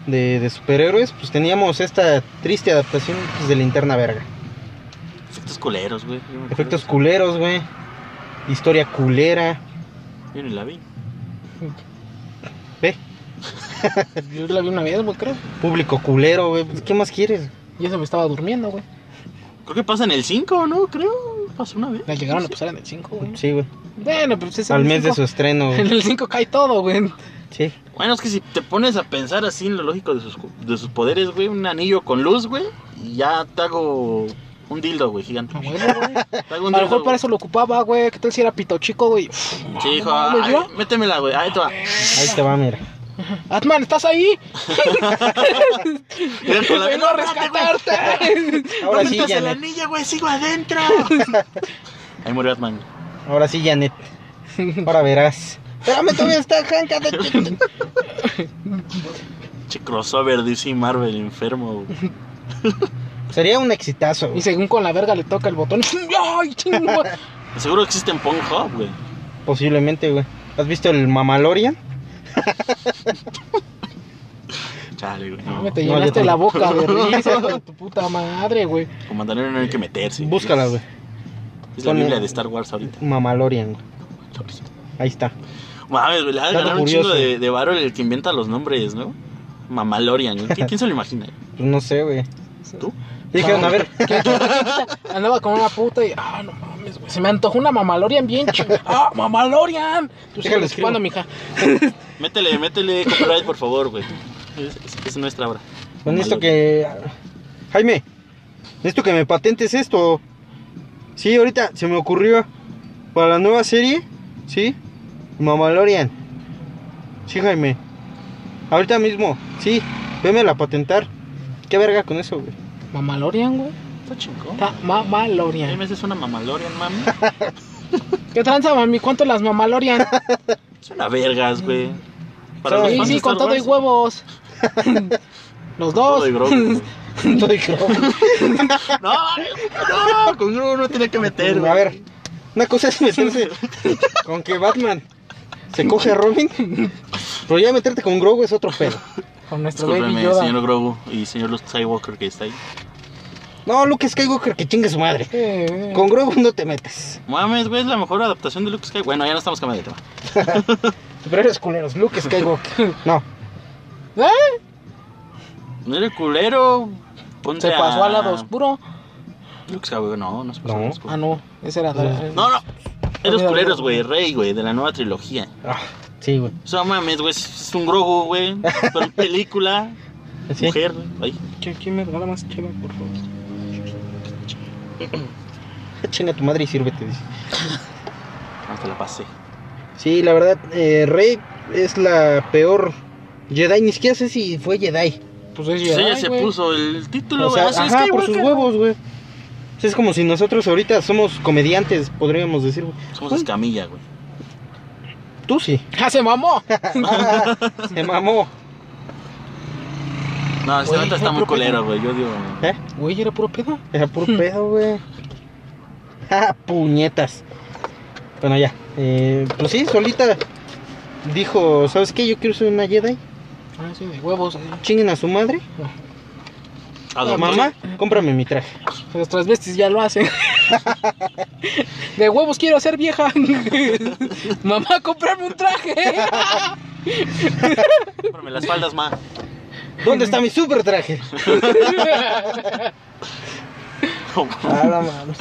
[SPEAKER 2] de, de superhéroes, pues teníamos esta triste adaptación pues, de Linterna Verga.
[SPEAKER 3] Efectos culeros, güey. Yo me acuerdo.
[SPEAKER 2] Efectos culeros, güey. Historia culera.
[SPEAKER 3] Yo ni la vi.
[SPEAKER 2] Ve,
[SPEAKER 1] Yo la vi una vez, güey, creo.
[SPEAKER 2] público culero, güey. Pues, ¿Qué más quieres?
[SPEAKER 1] Y eso me estaba durmiendo, güey.
[SPEAKER 3] Creo que pasa en el 5, ¿no? Creo. Pasó una vez.
[SPEAKER 1] La llegaron a pasar en el 5, güey.
[SPEAKER 2] Sí, güey.
[SPEAKER 1] Bueno, pero pues es en
[SPEAKER 2] Al
[SPEAKER 1] el
[SPEAKER 2] mes de su
[SPEAKER 1] cinco.
[SPEAKER 2] estreno,
[SPEAKER 1] En
[SPEAKER 2] güey.
[SPEAKER 1] el 5 cae todo, güey.
[SPEAKER 2] Sí.
[SPEAKER 3] Bueno, es que si te pones a pensar así en lo lógico de sus, de sus poderes, güey, un anillo con luz, güey, y ya te hago un dildo, güey, gigante.
[SPEAKER 1] A huevo, Ah, güey.
[SPEAKER 3] Te hago
[SPEAKER 1] A
[SPEAKER 3] un
[SPEAKER 1] lo
[SPEAKER 3] dildo,
[SPEAKER 1] mejor para eso lo ocupaba, güey. ¿Qué tal si era pito chico, güey?
[SPEAKER 3] güey. Sí, hijo,
[SPEAKER 1] No mames,
[SPEAKER 3] ay,
[SPEAKER 1] mira.
[SPEAKER 3] métemela, güey, ahí te va.
[SPEAKER 2] Ahí te va, mira.
[SPEAKER 1] Atman, ¿estás ahí?
[SPEAKER 3] Mira, con la-
[SPEAKER 1] Vengo a rescatarte.
[SPEAKER 2] Ahora
[SPEAKER 3] ¿Dónde
[SPEAKER 2] sí,
[SPEAKER 3] estás el
[SPEAKER 2] Janet.
[SPEAKER 3] anillo, güey? ¡Sigo adentro! Ahí murió Batman.
[SPEAKER 2] Ahora sí, Janet. Ahora verás. Espérame, todavía está Hank.
[SPEAKER 3] Che, crossover DC Marvel, enfermo, güey.
[SPEAKER 2] Sería un exitazo. güey.
[SPEAKER 1] Y según con la verga le toca el botón. ¡Ay, chingo!
[SPEAKER 3] Seguro existe en Pornhub, güey.
[SPEAKER 2] Posiblemente, güey. ¿Has visto el Mamalorian?
[SPEAKER 3] Chale, güey,
[SPEAKER 1] Me
[SPEAKER 3] no.
[SPEAKER 1] te
[SPEAKER 2] No, yo
[SPEAKER 1] llenaste
[SPEAKER 2] también.
[SPEAKER 1] la boca de risa, hijo de tu puta madre, güey.
[SPEAKER 3] Con Mandalorian no hay que meterse.
[SPEAKER 2] Búscala, güey.
[SPEAKER 3] Es la
[SPEAKER 2] Pone-
[SPEAKER 3] Biblia de Star Wars ahorita.
[SPEAKER 2] Mamalorian, güey. Ahí está.
[SPEAKER 3] Mames, güey, le ha de
[SPEAKER 2] Dato
[SPEAKER 3] ganar un
[SPEAKER 2] curioso.
[SPEAKER 3] chingo de, de varo el que inventa los nombres, ¿no? Mamalorian, ¿no? ¿Qui- ¿quién se lo imagina?
[SPEAKER 2] Pues no sé, güey.
[SPEAKER 3] ¿Tú?
[SPEAKER 2] Dijeron, a ver,
[SPEAKER 1] Andaba con una puta y. ¡Ah, no mames! mames, güey. Se me antojó una Mamalorian bien chingada. ¡Ah, Mamalorian! Tú
[SPEAKER 2] Déjale,
[SPEAKER 1] sabes
[SPEAKER 2] escribo.
[SPEAKER 1] cuándo, mija.
[SPEAKER 3] Métele, métele copyright, por favor, güey. Es, es- es nuestra obra.
[SPEAKER 2] Con esto Pues que. Jaime, esto que me patentes esto. Sí, ahorita se me ocurrió. Para la nueva serie, ¿sí? Mamalorian. Sí, Jaime. Ahorita mismo, sí. Vémela a patentar. ¿Qué verga con eso, güey?
[SPEAKER 1] Mamalorian, güey.
[SPEAKER 3] Está chingón.
[SPEAKER 1] Ta-
[SPEAKER 3] Ahí
[SPEAKER 1] Mamalorian.
[SPEAKER 3] me haces una mamalorian, mami.
[SPEAKER 1] ¿Qué tranza, mami? ¿Cuánto las Mamalorian?
[SPEAKER 3] Es una vergas, güey.
[SPEAKER 2] Sí,
[SPEAKER 1] Sí,
[SPEAKER 3] fans de
[SPEAKER 1] sí,
[SPEAKER 3] Star
[SPEAKER 1] con todo y
[SPEAKER 3] Wars,
[SPEAKER 1] huevos. Los dos.
[SPEAKER 3] Todo y grogu, güey.
[SPEAKER 2] Todo y cromo.
[SPEAKER 3] No, no, con Grogu no tiene que meter, güey.
[SPEAKER 2] a ver, una cosa es meterse con que Batman se coge a Robin. Pero ya meterte con Grogu es otro pedo.
[SPEAKER 1] Con nuestro baby
[SPEAKER 3] Discúlpeme,
[SPEAKER 1] Yoda.
[SPEAKER 3] señor Grogu y señor Luke Skywalker que está ahí.
[SPEAKER 2] No, Luke Skywalker, que chingue su madre.
[SPEAKER 1] Eh, eh.
[SPEAKER 2] Con Grogu no te metas.
[SPEAKER 3] Mames, güey, es la mejor adaptación de Luke Skywalker. Bueno, ya no estamos cambiando de tema.
[SPEAKER 2] Superhéroes culeros, Luke Skywalker. No,
[SPEAKER 1] ¿Eh?
[SPEAKER 3] No eres culero. Ponte
[SPEAKER 1] Se pasó al lado
[SPEAKER 3] a
[SPEAKER 1] oscuro.
[SPEAKER 3] Luke Skywalker, no, no se
[SPEAKER 2] No.
[SPEAKER 3] pasó al lado oscuro.
[SPEAKER 1] Ah, no. Ese era.
[SPEAKER 3] No, no. Eres
[SPEAKER 1] Olvídalo.
[SPEAKER 3] culeros, güey, rey, güey, de la nueva trilogía.
[SPEAKER 2] Ah, sí, güey.
[SPEAKER 3] O sea, mames, güey, es es un Grogu, güey. Pero en película,
[SPEAKER 2] Sí.
[SPEAKER 3] mujer, güey. Ay,
[SPEAKER 1] ¿Qui- ¿Quién me regala más chela, por favor? Pues
[SPEAKER 2] Ah, Chinga tu madre y sírvete, dice.
[SPEAKER 3] hasta Ah, la pasé.
[SPEAKER 2] Sí, la verdad, eh, Rey es la peor Jedi. Ni siquiera sé si fue Jedi.
[SPEAKER 1] Pues es
[SPEAKER 3] Pues ella
[SPEAKER 1] Jedi,
[SPEAKER 3] se
[SPEAKER 1] güey.
[SPEAKER 3] puso el título,
[SPEAKER 2] O
[SPEAKER 3] güey.
[SPEAKER 2] sea,
[SPEAKER 3] Ah, soy
[SPEAKER 2] ajá, por sus
[SPEAKER 3] Skywalker.
[SPEAKER 2] huevos, güey. O sea, Es como si nosotros ahorita somos comediantes, podríamos decir, güey.
[SPEAKER 3] Somos
[SPEAKER 2] Güey,
[SPEAKER 3] escamilla, güey.
[SPEAKER 2] Tú sí. ah,
[SPEAKER 1] ¡Ah, se mamó!
[SPEAKER 2] Se mamó.
[SPEAKER 3] No, este
[SPEAKER 1] Güey,
[SPEAKER 3] neta está
[SPEAKER 1] ejemplo,
[SPEAKER 3] muy culero, güey. Yo digo.
[SPEAKER 2] ¿Eh?
[SPEAKER 1] Güey, era puro pedo.
[SPEAKER 2] Era puro pedo, güey. Ah, puñetas. Bueno, ya. Eh, pues sí, solita dijo, ¿sabes qué? Yo quiero ser una Jedi.
[SPEAKER 1] Ah, sí, de huevos. eh.
[SPEAKER 2] Chinguen a su madre.
[SPEAKER 3] adoptó-
[SPEAKER 2] Mamá, cómprame mi traje.
[SPEAKER 1] Los transvestis ya lo hacen. De huevos quiero ser vieja. Mamá, comprarme un traje.
[SPEAKER 3] Cómprame las faldas, ma.
[SPEAKER 2] ¿Dónde está mi super traje?
[SPEAKER 3] No,
[SPEAKER 2] Ah, no mames.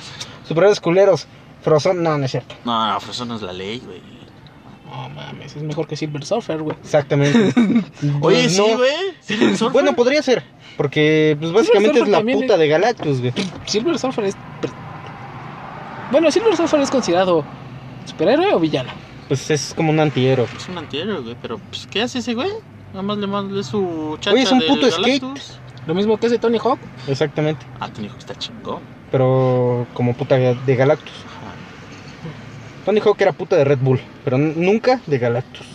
[SPEAKER 2] Superhéroes culeros. Frozón, no, no es cierto.
[SPEAKER 3] no, pues eso no es la ley, güey.
[SPEAKER 1] No mames, es mejor que Silver Surfer, güey.
[SPEAKER 2] Exactamente.
[SPEAKER 3] Oye,
[SPEAKER 2] Pues,
[SPEAKER 3] sí,
[SPEAKER 2] no.
[SPEAKER 3] güey. Silver Surfer.
[SPEAKER 2] Bueno, podría ser. Porque, pues básicamente
[SPEAKER 1] Silver
[SPEAKER 2] es la
[SPEAKER 1] Surfer
[SPEAKER 2] puta de Galactus, güey.
[SPEAKER 1] Silver Surfer es. Bueno, Silver Surfer es considerado superhéroe o villano.
[SPEAKER 2] Pues es como un antihéroe.
[SPEAKER 3] es un antihéroe, güey. Pero, pues, ¿qué hace ese güey? Nada más le manda su chacha
[SPEAKER 2] Oye, es un
[SPEAKER 3] del
[SPEAKER 2] puto skate.
[SPEAKER 3] Galactus.
[SPEAKER 1] Lo mismo que hace Tony Hawk.
[SPEAKER 2] Exactamente.
[SPEAKER 3] Ah, tu hijo está chingón.
[SPEAKER 2] Pero como puta de Galactus.
[SPEAKER 3] Ajá.
[SPEAKER 2] Tony Hawk era puta de Red Bull. Pero n- nunca de Galactus.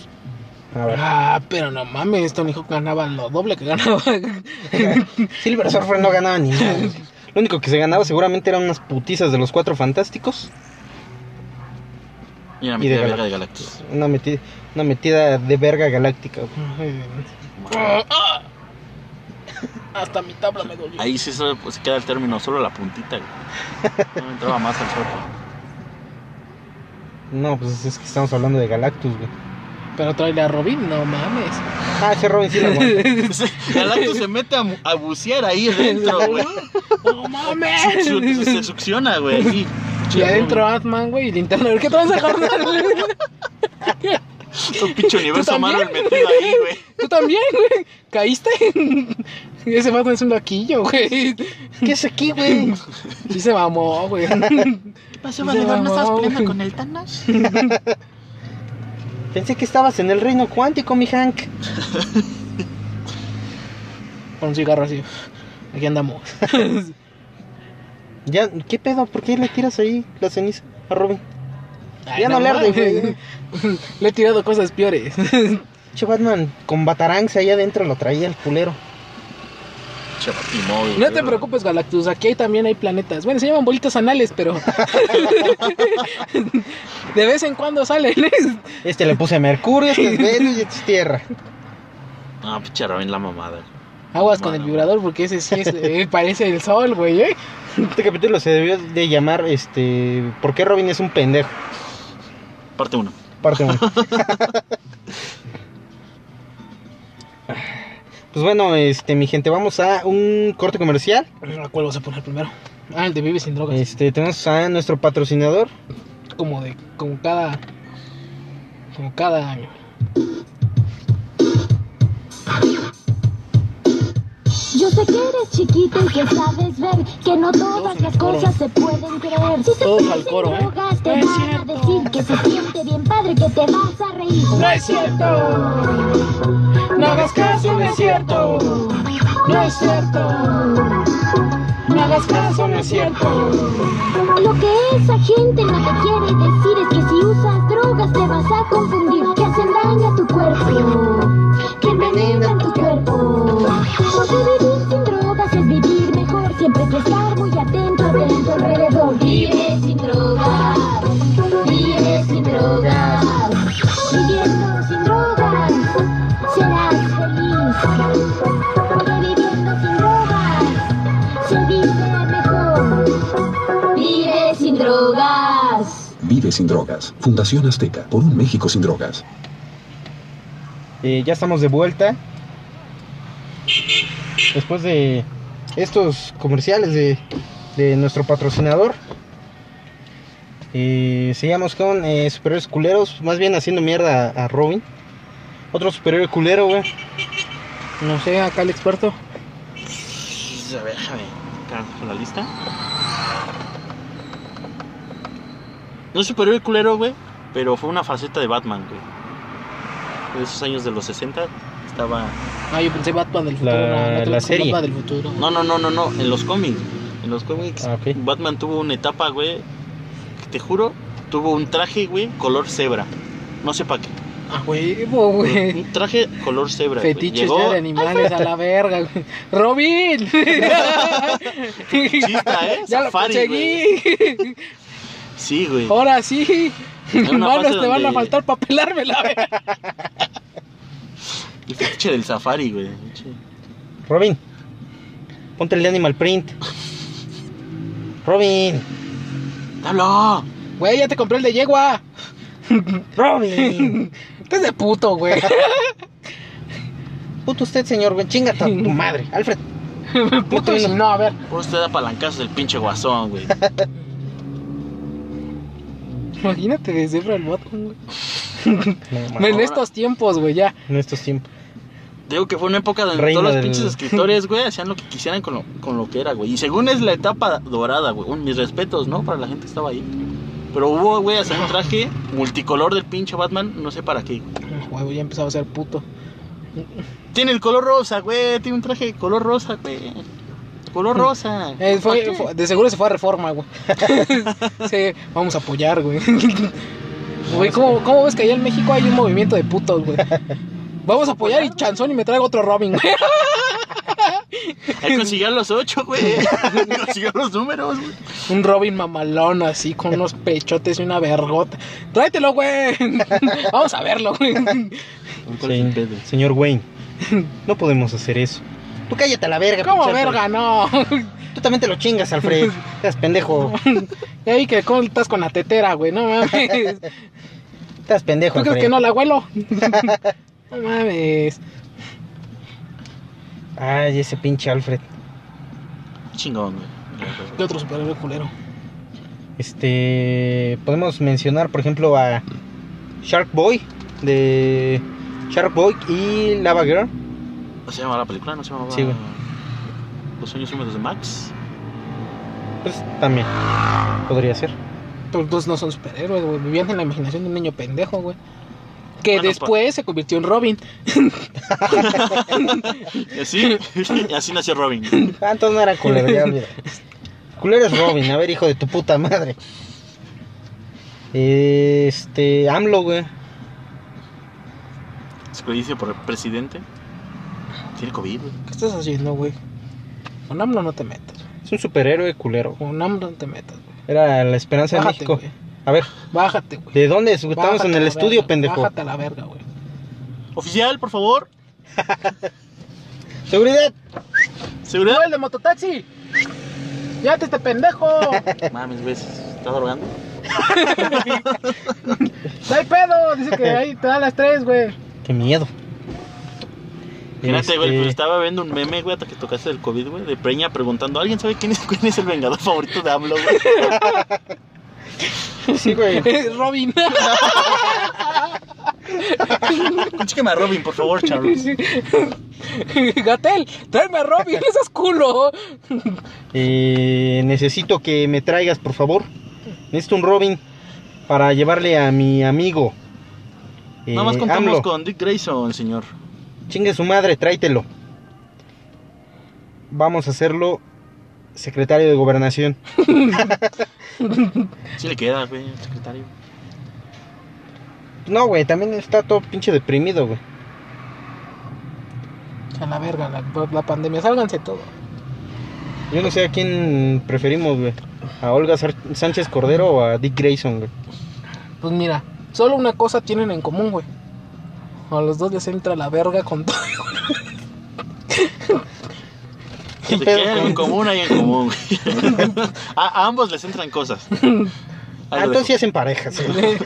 [SPEAKER 2] A ver.
[SPEAKER 1] Ah, pero no mames, Tony Hawk ganaba lo doble que ganaba.
[SPEAKER 2] Silver Surfer no ganaba ni nada. güey. Lo único que se ganaba seguramente eran unas putizas de los cuatro fantásticos.
[SPEAKER 3] Y la
[SPEAKER 2] Y
[SPEAKER 3] metida
[SPEAKER 2] de
[SPEAKER 3] de verga de Galactus.
[SPEAKER 2] Una metida, una metida de verga galáctica. güey.
[SPEAKER 1] Ah. Hasta mi tabla me dolió.
[SPEAKER 3] Ahí sí se, pues, se queda el término, solo la puntita, güey. No me entraba más al cuerpo.
[SPEAKER 2] No, pues es que estamos hablando de Galactus, güey.
[SPEAKER 1] Pero trae a Robin, no mames.
[SPEAKER 2] Ah, ese Robin sí la aguanta.
[SPEAKER 3] Galactus se mete a, mu- a bucear ahí adentro, güey.
[SPEAKER 1] No mames.
[SPEAKER 3] Su- Se succiona, güey. ahí.
[SPEAKER 1] Y adentro Atman, güey, y linterna. ¿Qué tranza, carnal?
[SPEAKER 3] Es un pinche universo
[SPEAKER 1] también?
[SPEAKER 3] Marvel metido ahí, güey.
[SPEAKER 1] ¿Tú también, güey? ¿Caíste? Ese Batman es un loquillo, güey.
[SPEAKER 2] ¿Qué es aquí, güey?
[SPEAKER 1] Sí se mamó, güey.
[SPEAKER 3] ¿Qué pasó,
[SPEAKER 1] valedor? ¿No estabas peleando con
[SPEAKER 3] el Thanos?
[SPEAKER 2] Pensé que estabas en el reino cuántico, mi Hank.
[SPEAKER 1] Con un cigarro así. Aquí andamos.
[SPEAKER 2] Ya, ¿qué pedo? ¿Por qué le tiras ahí la ceniza a Robin?
[SPEAKER 1] Ay,
[SPEAKER 2] Ya no le arde, güey.
[SPEAKER 1] Le he tirado cosas peores.
[SPEAKER 2] Che, Batman, con batarangs ahí adentro lo traía el culero.
[SPEAKER 1] No te preocupes, Galactus. Aquí hay- también hay planetas. Bueno, se llaman bolitas anales, pero. De vez en cuando salen. ¿eh?
[SPEAKER 2] Este le puse Mercurio, este es Venus y este es Tierra.
[SPEAKER 3] No, pinche Robin la mamada. güey.
[SPEAKER 1] Aguas con el
[SPEAKER 3] Bueno.
[SPEAKER 1] vibrador porque ese sí es, eh, parece el sol, güey. ¿eh?
[SPEAKER 2] Este capítulo se debió de llamar, este... ¿Por qué Robin es un pendejo?
[SPEAKER 3] Parte 1.
[SPEAKER 2] Parte 1. pues bueno, este, mi gente, vamos a un corte comercial.
[SPEAKER 1] ¿Cuál vas a poner primero? Ah, el de Vive sin drogas.
[SPEAKER 2] Este, tenemos a nuestro patrocinador.
[SPEAKER 1] Como de. Como cada. Como cada año.
[SPEAKER 5] Yo sé que eres chiquito y que sabes ver que no todas las cosas se pueden creer. Si te
[SPEAKER 1] Todos
[SPEAKER 5] pones
[SPEAKER 1] al
[SPEAKER 5] en
[SPEAKER 1] coro, ¿eh?
[SPEAKER 5] drogas,
[SPEAKER 1] No
[SPEAKER 5] te
[SPEAKER 1] es
[SPEAKER 5] van a
[SPEAKER 1] cierto.
[SPEAKER 5] decir que se siente bien padre, que te vas a reír.
[SPEAKER 1] No es cierto. No hagas caso, no es cierto. No es cierto. No hagas caso, no es cierto.
[SPEAKER 5] Lo que esa gente no te quiere decir es que si usas drogas te vas a confundir, que hacen daño a tu cuerpo, que envenenan tu cuerpo. Porque vivir sin drogas es vivir mejor, siempre hay que estar muy atento, atento alrededor. Vive sin drogas, vive sin drogas, viviendo sin drogas serás feliz. Porque viviendo sin drogas se vive mejor. Vive sin drogas.
[SPEAKER 6] Vive sin drogas. Fundación Azteca. Por un México sin drogas.
[SPEAKER 2] Eh, ya estamos de vuelta. Después de estos comerciales de, de nuestro patrocinador. Eh, seguimos con eh, superhéroes culeros. Más bien haciendo mierda a, a Robin. Otro superhéroe culero, güey.
[SPEAKER 1] No sé, acá el experto.
[SPEAKER 3] A ver, déjame sacar la lista. No es superhéroe culero, güey, pero fue una faceta de Batman, güey. De esos años de los 60 estaba...
[SPEAKER 1] Ah, yo pensé Batman del futuro.
[SPEAKER 2] La-
[SPEAKER 1] no, no te
[SPEAKER 2] la
[SPEAKER 1] metas con
[SPEAKER 2] serie.
[SPEAKER 1] Batman del futuro.
[SPEAKER 3] No, no, no, no, no, en los cómics. En los cómics
[SPEAKER 2] Ah, ok.
[SPEAKER 3] Batman tuvo una etapa, güey, que te juro, tuvo un traje, güey, color cebra. No sé para qué.
[SPEAKER 1] A huevo, güey.
[SPEAKER 3] Un traje color cebra. güey.
[SPEAKER 1] Fetiches
[SPEAKER 3] Llegó-
[SPEAKER 1] ya de animales a la verga, güey. ¡Robin!
[SPEAKER 3] Chista, ¿eh?
[SPEAKER 1] ¡Ya lo
[SPEAKER 3] Safari,
[SPEAKER 1] conseguí!
[SPEAKER 3] Sí, güey.
[SPEAKER 1] ¡Ahora sí!
[SPEAKER 3] Era una
[SPEAKER 1] Manos
[SPEAKER 3] fase
[SPEAKER 1] te van a
[SPEAKER 3] donde-
[SPEAKER 1] faltar para pelarme la verga.
[SPEAKER 3] El fetiche del safari, güey.
[SPEAKER 2] Robin, ponte el de Animal Print. Robin,
[SPEAKER 3] ¡Te hablo!
[SPEAKER 1] Güey, ya te compré el de yegua.
[SPEAKER 2] Robin.
[SPEAKER 1] Estás de puto, güey.
[SPEAKER 2] Puto usted, señor, güey. Chingata tu madre. Alfred,
[SPEAKER 1] puto y no, a ver.
[SPEAKER 3] Por usted da palancazos del pinche guasón, güey.
[SPEAKER 1] Imagínate de cebra el Batman, güey.
[SPEAKER 2] no,
[SPEAKER 1] En
[SPEAKER 2] mames,
[SPEAKER 3] ahora-
[SPEAKER 1] estos tiempos, güey, ya.
[SPEAKER 2] en estos tiempos.
[SPEAKER 3] Digo que fue una época donde
[SPEAKER 2] Reino
[SPEAKER 3] todos los
[SPEAKER 2] del-
[SPEAKER 3] pinches escritores, güey, hacían lo que quisieran con lo, con lo que era, güey. Y según es la etapa dorada, güey. Un- mis respetos, ¿no? Para la gente que estaba ahí. Pero hubo, güey, hasta un traje multicolor del pinche Batman, no sé para qué.
[SPEAKER 1] Ah, Huevo, ya empezaba a ser puto.
[SPEAKER 3] Tiene el color rosa, güey. Tiene un traje de color rosa, güey. Color rosa.
[SPEAKER 1] Eh, fue-
[SPEAKER 3] ¿Para qué?
[SPEAKER 1] fue- de seguro se fue a reforma, güey. sí, vamos a apoyar, güey. Güey, ¿cómo, ¿cómo ves que allá en México hay un movimiento de putos, güey? Vamos a apoyar y chanzón y me traigo otro Robin, güey.
[SPEAKER 3] Hay que conseguir los ocho, güey. Hay que conseguir los números, güey.
[SPEAKER 1] Un Robin mamalón así, con unos pechotes y una vergota. Tráetelo, güey. Vamos a verlo, güey.
[SPEAKER 2] Sí, señor Wayne, no podemos hacer eso. Tú cállate a la verga,
[SPEAKER 1] ¿Cómo
[SPEAKER 2] pinche Alfred.
[SPEAKER 1] verga? No.
[SPEAKER 2] Tú también te lo chingas, Alfred. Estás pendejo.
[SPEAKER 1] Ya vi que cómo estás con la tetera, güey. No mames.
[SPEAKER 2] Estás pendejo,
[SPEAKER 1] ¿Tú crees
[SPEAKER 2] Alfred.
[SPEAKER 1] que no la huelo? No mames.
[SPEAKER 2] Ay, ese pinche Alfred.
[SPEAKER 3] Chingón, güey.
[SPEAKER 1] ¿Qué otro superhéroe culero?
[SPEAKER 2] Este. Podemos mencionar, por ejemplo, a Shark Boy. De Shark Boy y Lava Girl.
[SPEAKER 3] ¿No se llama la película? ¿No se llama
[SPEAKER 2] Sí, güey.
[SPEAKER 3] Los sueños húmedos de Max?
[SPEAKER 2] Pues también podría ser.
[SPEAKER 1] Pero entonces no son superhéroes, güey. Vivían en la imaginación de un niño pendejo, güey. Que
[SPEAKER 3] Bueno,
[SPEAKER 1] después se convirtió en Robin.
[SPEAKER 3] Y así, y así nació Robin.
[SPEAKER 2] Ah, entonces no era culero, ya olvidé. Culero es Robin, a ver, hijo de tu puta madre. Este. AMLO, güey.
[SPEAKER 3] Desperdicio por el presidente. Tiene COVID, güey.
[SPEAKER 1] ¿Qué estás haciendo, güey? Con AMLO no te metas. güey.
[SPEAKER 2] Es un superhéroe culero.
[SPEAKER 1] Con AMLO no te metas, güey.
[SPEAKER 2] Era la esperanza
[SPEAKER 1] Bájate,
[SPEAKER 2] de México.
[SPEAKER 1] güey.
[SPEAKER 2] A ver,
[SPEAKER 1] Bájate, güey.
[SPEAKER 2] ¿de dónde? es? Estamos
[SPEAKER 1] Bájate
[SPEAKER 2] en
[SPEAKER 1] a
[SPEAKER 2] el
[SPEAKER 1] la
[SPEAKER 2] estudio,
[SPEAKER 1] verga,
[SPEAKER 2] pendejo.
[SPEAKER 1] Bájate a la verga, güey.
[SPEAKER 3] Oficial, por favor.
[SPEAKER 2] Seguridad.
[SPEAKER 3] Seguridad.
[SPEAKER 1] ¡Tú, el de mototaxi! ¡Ya te este pendejo!
[SPEAKER 3] Mames, güey, ¿se está drogando?
[SPEAKER 1] ¡No hay pedo! Dice que ahí te da las tres, güey.
[SPEAKER 2] Qué miedo.
[SPEAKER 3] Fíjate, güey,
[SPEAKER 2] Este-
[SPEAKER 3] pues estaba viendo un meme, güey, hasta que tocaste el COVID, güey, de Preña preguntando, ¿alguien sabe quién es, quién es el vengador favorito de AMLO, güey?
[SPEAKER 2] Sí, güey.
[SPEAKER 1] Es Robin.
[SPEAKER 3] Consígueme a Robin, por favor, Charles.
[SPEAKER 1] Gatel, tráeme a Robin, ese es culo.
[SPEAKER 2] Eh, necesito que me traigas, por favor. Necesito un Robin para llevarle a mi amigo. Eh,
[SPEAKER 3] Nada más contamos
[SPEAKER 2] AMLO.
[SPEAKER 3] con Dick Grayson, señor.
[SPEAKER 2] Chingue su madre, tráitelo. Vamos a hacerlo secretario de gobernación.
[SPEAKER 3] Sí le queda, güey, el secretario.
[SPEAKER 2] No, güey, también está todo pinche deprimido, güey.
[SPEAKER 1] A la verga, la, la pandemia, sálganse todo.
[SPEAKER 2] Yo no sé a quién preferimos, güey. A Olga Sar- Sánchez Cordero o a Dick Grayson, güey.
[SPEAKER 1] Pues mira, solo una cosa tienen en común, güey. A los dos les entra la verga con todo.
[SPEAKER 3] Que te
[SPEAKER 2] pedo,
[SPEAKER 3] queda algo en común, hay en común, güey. A, a ambos les entran cosas.
[SPEAKER 2] Ah,
[SPEAKER 3] Ahí lo
[SPEAKER 2] entonces sí hacen parejas, güey.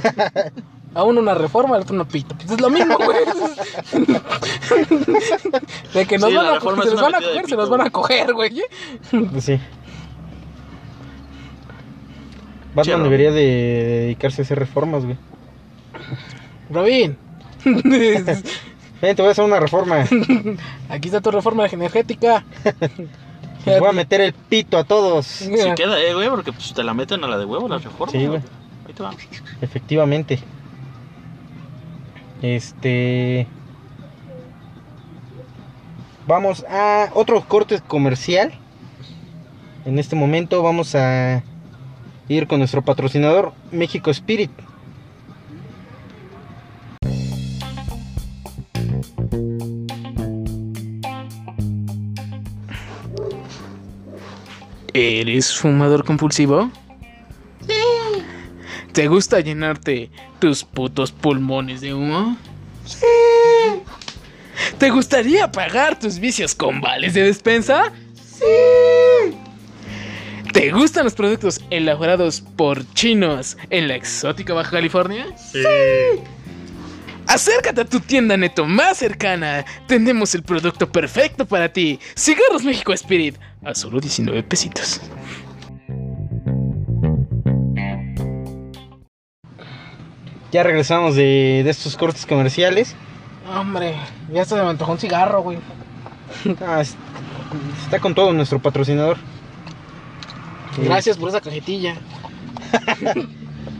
[SPEAKER 1] A uno una reforma, al otro una pito. Pues es lo mismo, güey. De que nos
[SPEAKER 3] Sí,
[SPEAKER 1] van
[SPEAKER 3] la
[SPEAKER 1] a,
[SPEAKER 3] reforma
[SPEAKER 1] se
[SPEAKER 3] es
[SPEAKER 1] los
[SPEAKER 3] una
[SPEAKER 1] van a
[SPEAKER 3] metida de
[SPEAKER 1] coger, se
[SPEAKER 3] pito,
[SPEAKER 1] los van a
[SPEAKER 3] güey.
[SPEAKER 1] coger, güey.
[SPEAKER 2] Sí.
[SPEAKER 3] Che,
[SPEAKER 2] Batman
[SPEAKER 3] Robin.
[SPEAKER 2] debería de dedicarse a hacer reformas, güey.
[SPEAKER 1] Robin.
[SPEAKER 2] Ven, te voy a hacer una reforma.
[SPEAKER 1] Aquí está tu reforma energética.
[SPEAKER 2] Les voy a meter el pito a todos.
[SPEAKER 3] dejo.
[SPEAKER 1] Mira,
[SPEAKER 3] Se queda, eh, güey, porque pues, te la meten a la de huevo, la reforma.
[SPEAKER 2] Sí, güey.
[SPEAKER 3] Ahí te va.
[SPEAKER 2] Efectivamente. Este. Vamos a otro corte comercial. En este momento vamos a ir con nuestro patrocinador, México Spirit.
[SPEAKER 1] ¿Eres fumador compulsivo? Sí. ¿Te gusta llenarte tus putos pulmones de humo? Sí. ¿Te gustaría pagar tus vicios con vales de despensa? Sí. ¿Te gustan los productos elaborados por chinos en la exótica Baja California? Sí. Acércate a tu tienda neto más cercana. Tenemos el producto perfecto para ti. Cigarros México Spirit a solo 19 pesitos.
[SPEAKER 2] Ya regresamos de, de estos cortes comerciales.
[SPEAKER 1] Hombre, ya se me antojó un cigarro, güey.
[SPEAKER 2] Ah, es- está con todo nuestro patrocinador. Eh,
[SPEAKER 1] Gracias por esa cajetilla.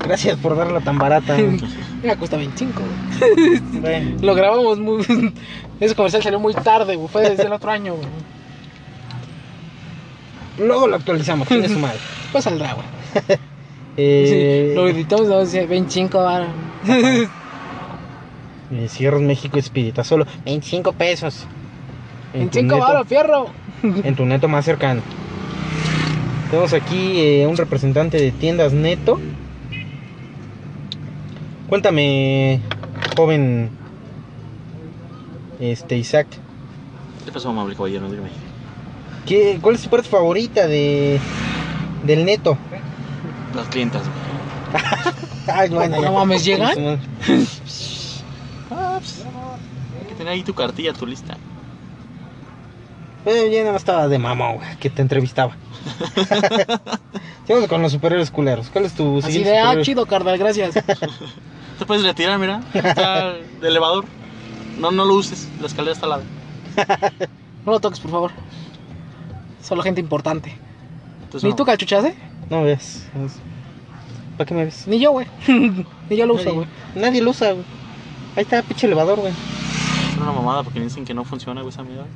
[SPEAKER 2] Gracias por darla tan barata.
[SPEAKER 1] Mira, cuesta 25, güey.
[SPEAKER 2] Bueno,
[SPEAKER 1] Lo grabamos muy. Ese comercial salió muy tarde, güey. Fue desde el otro año, güey.
[SPEAKER 2] luego lo actualizamos, tiene su madre.
[SPEAKER 1] Pues saldrá, güey.
[SPEAKER 2] Eh,
[SPEAKER 1] Sí, lo editamos y nos dice 25 ahora.
[SPEAKER 2] Eh, Cierros México Espírita, solo 25 pesos. En tu
[SPEAKER 1] 25
[SPEAKER 2] neto-
[SPEAKER 1] ahora, fierro.
[SPEAKER 2] En tu neto más cercano. Tenemos aquí eh, un representante de tiendas neto. Cuéntame, joven este Isaac,
[SPEAKER 3] ¿Qué pasó, amable caballero? Dígame.
[SPEAKER 2] ¿qué, ¿cuál es tu parte favorita de del neto?
[SPEAKER 3] Las clientas, güey.
[SPEAKER 2] Ay, bueno,
[SPEAKER 1] No mames, ¿llegan?
[SPEAKER 3] Ah, pues, hay que tener ahí tu cartilla, tu lista.
[SPEAKER 2] Eh, ya no estaba de mamón, güey, que te entrevistaba. Sigamos con los superhéroes culeros. ¿Cuál es tu
[SPEAKER 1] Así
[SPEAKER 2] siguiente
[SPEAKER 1] de, ah,
[SPEAKER 2] superhéroe?
[SPEAKER 1] chido, carnal, gracias.
[SPEAKER 3] Te puedes retirar, mira. Está el elevador. No, no lo uses. La escalera está al lado.
[SPEAKER 1] No lo toques, por favor. Solo gente importante.
[SPEAKER 2] Pues
[SPEAKER 3] Entonces,
[SPEAKER 1] Ni
[SPEAKER 3] no.
[SPEAKER 1] tú cachuchas, ¿eh?
[SPEAKER 2] No ves. ¿Para qué me ves?
[SPEAKER 1] Ni yo, güey. Ni yo lo uso, güey.
[SPEAKER 2] Nadie lo usa, güey. Ahí está, pinche elevador, güey.
[SPEAKER 3] Es una mamada porque dicen que no funciona, güey, esa mierda.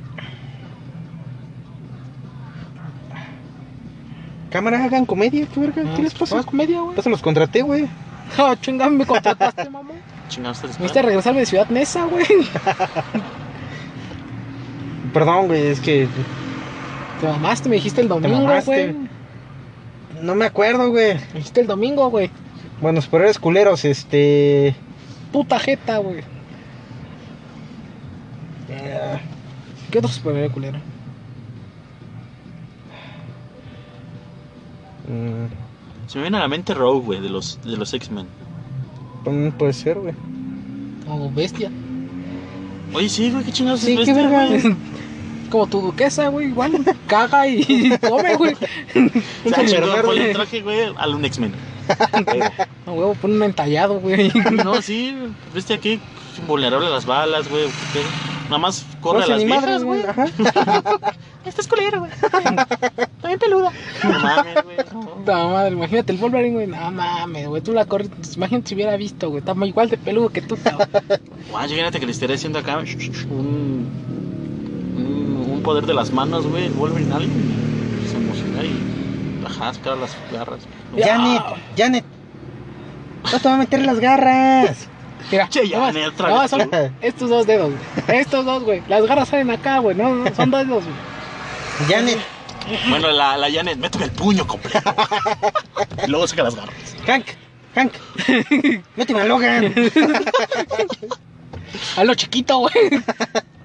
[SPEAKER 2] Cámara, hagan comedia, qué verga. ¿Qué les
[SPEAKER 1] Ah,
[SPEAKER 2] pasa?
[SPEAKER 1] comedia, güey?
[SPEAKER 2] Pasa, los contraté, pues, güey.
[SPEAKER 1] Ah, chinga, me contrataste, mamá.
[SPEAKER 3] Chingados te
[SPEAKER 1] Me hiciste
[SPEAKER 3] disparan.
[SPEAKER 1] regresarme de Ciudad Nesa, güey.
[SPEAKER 2] Perdón, güey, es que
[SPEAKER 1] Te mamaste, me dijiste el
[SPEAKER 2] te
[SPEAKER 1] domingo,
[SPEAKER 2] mamaste.
[SPEAKER 1] güey.
[SPEAKER 2] No me acuerdo, güey.
[SPEAKER 1] Me dijiste el domingo, güey.
[SPEAKER 2] Bueno, superhéroes culeros, este.
[SPEAKER 1] Puta jeta, güey.
[SPEAKER 2] eh,
[SPEAKER 1] ¿Qué otro superhéroe culero?
[SPEAKER 2] mm,
[SPEAKER 3] Se me viene a la mente Rogue, güey, de los, de los X-Men. Oh,
[SPEAKER 2] mm, puede ser, güey.
[SPEAKER 1] O bestia.
[SPEAKER 3] Oye, sí, güey, qué chingados
[SPEAKER 1] Sí,
[SPEAKER 3] es
[SPEAKER 1] qué
[SPEAKER 3] este,
[SPEAKER 1] verga.
[SPEAKER 3] güey?
[SPEAKER 1] Como tu duquesa, güey, igual. Caga y come, güey.
[SPEAKER 3] O sea,
[SPEAKER 1] San
[SPEAKER 3] chingón,
[SPEAKER 1] Bernardo.
[SPEAKER 3] ponle el traje, güey, al un X-Men.
[SPEAKER 1] No, huevo, pon un entallado, güey.
[SPEAKER 3] No, sí, viste aquí, vulnerable a las balas, güey. qué pedo. Nada más corre
[SPEAKER 1] No
[SPEAKER 3] a
[SPEAKER 1] sé
[SPEAKER 3] las
[SPEAKER 1] ni madres,
[SPEAKER 3] viejas, güey.
[SPEAKER 1] Ajá.
[SPEAKER 3] Esta es culera, güey. También peluda. No mames, güey. no.
[SPEAKER 1] Puta madre, imagínate el Wolverine, güey. No mames, güey. Tú la corres. Imagínate si hubiera visto, güey. Está igual de peludo que tú, cabrón.
[SPEAKER 3] Guau, imagínate que le estaré haciendo acá un, un, un poder de las manos, güey. El Wolverine Alien. y Se emociona y ajá, sacar las garras. No,
[SPEAKER 1] Ya.
[SPEAKER 2] Janet,
[SPEAKER 3] Ah.
[SPEAKER 2] Janet. No te va a meter las garras.
[SPEAKER 1] Mira,
[SPEAKER 3] Che, ya,
[SPEAKER 1] nada más-
[SPEAKER 3] ni otra
[SPEAKER 1] nada
[SPEAKER 3] vez,
[SPEAKER 1] más son
[SPEAKER 2] güey.
[SPEAKER 1] estos dos dedos, güey. Estos dos, güey. Las garras salen acá, güey. No, no, son dos dedos, güey.
[SPEAKER 2] Janet,
[SPEAKER 3] Bueno, la, la Janet, méteme el puño completo. y luego saca las garras.
[SPEAKER 2] Hank, Hank. Méteme a Logan.
[SPEAKER 1] A lo chiquito, güey.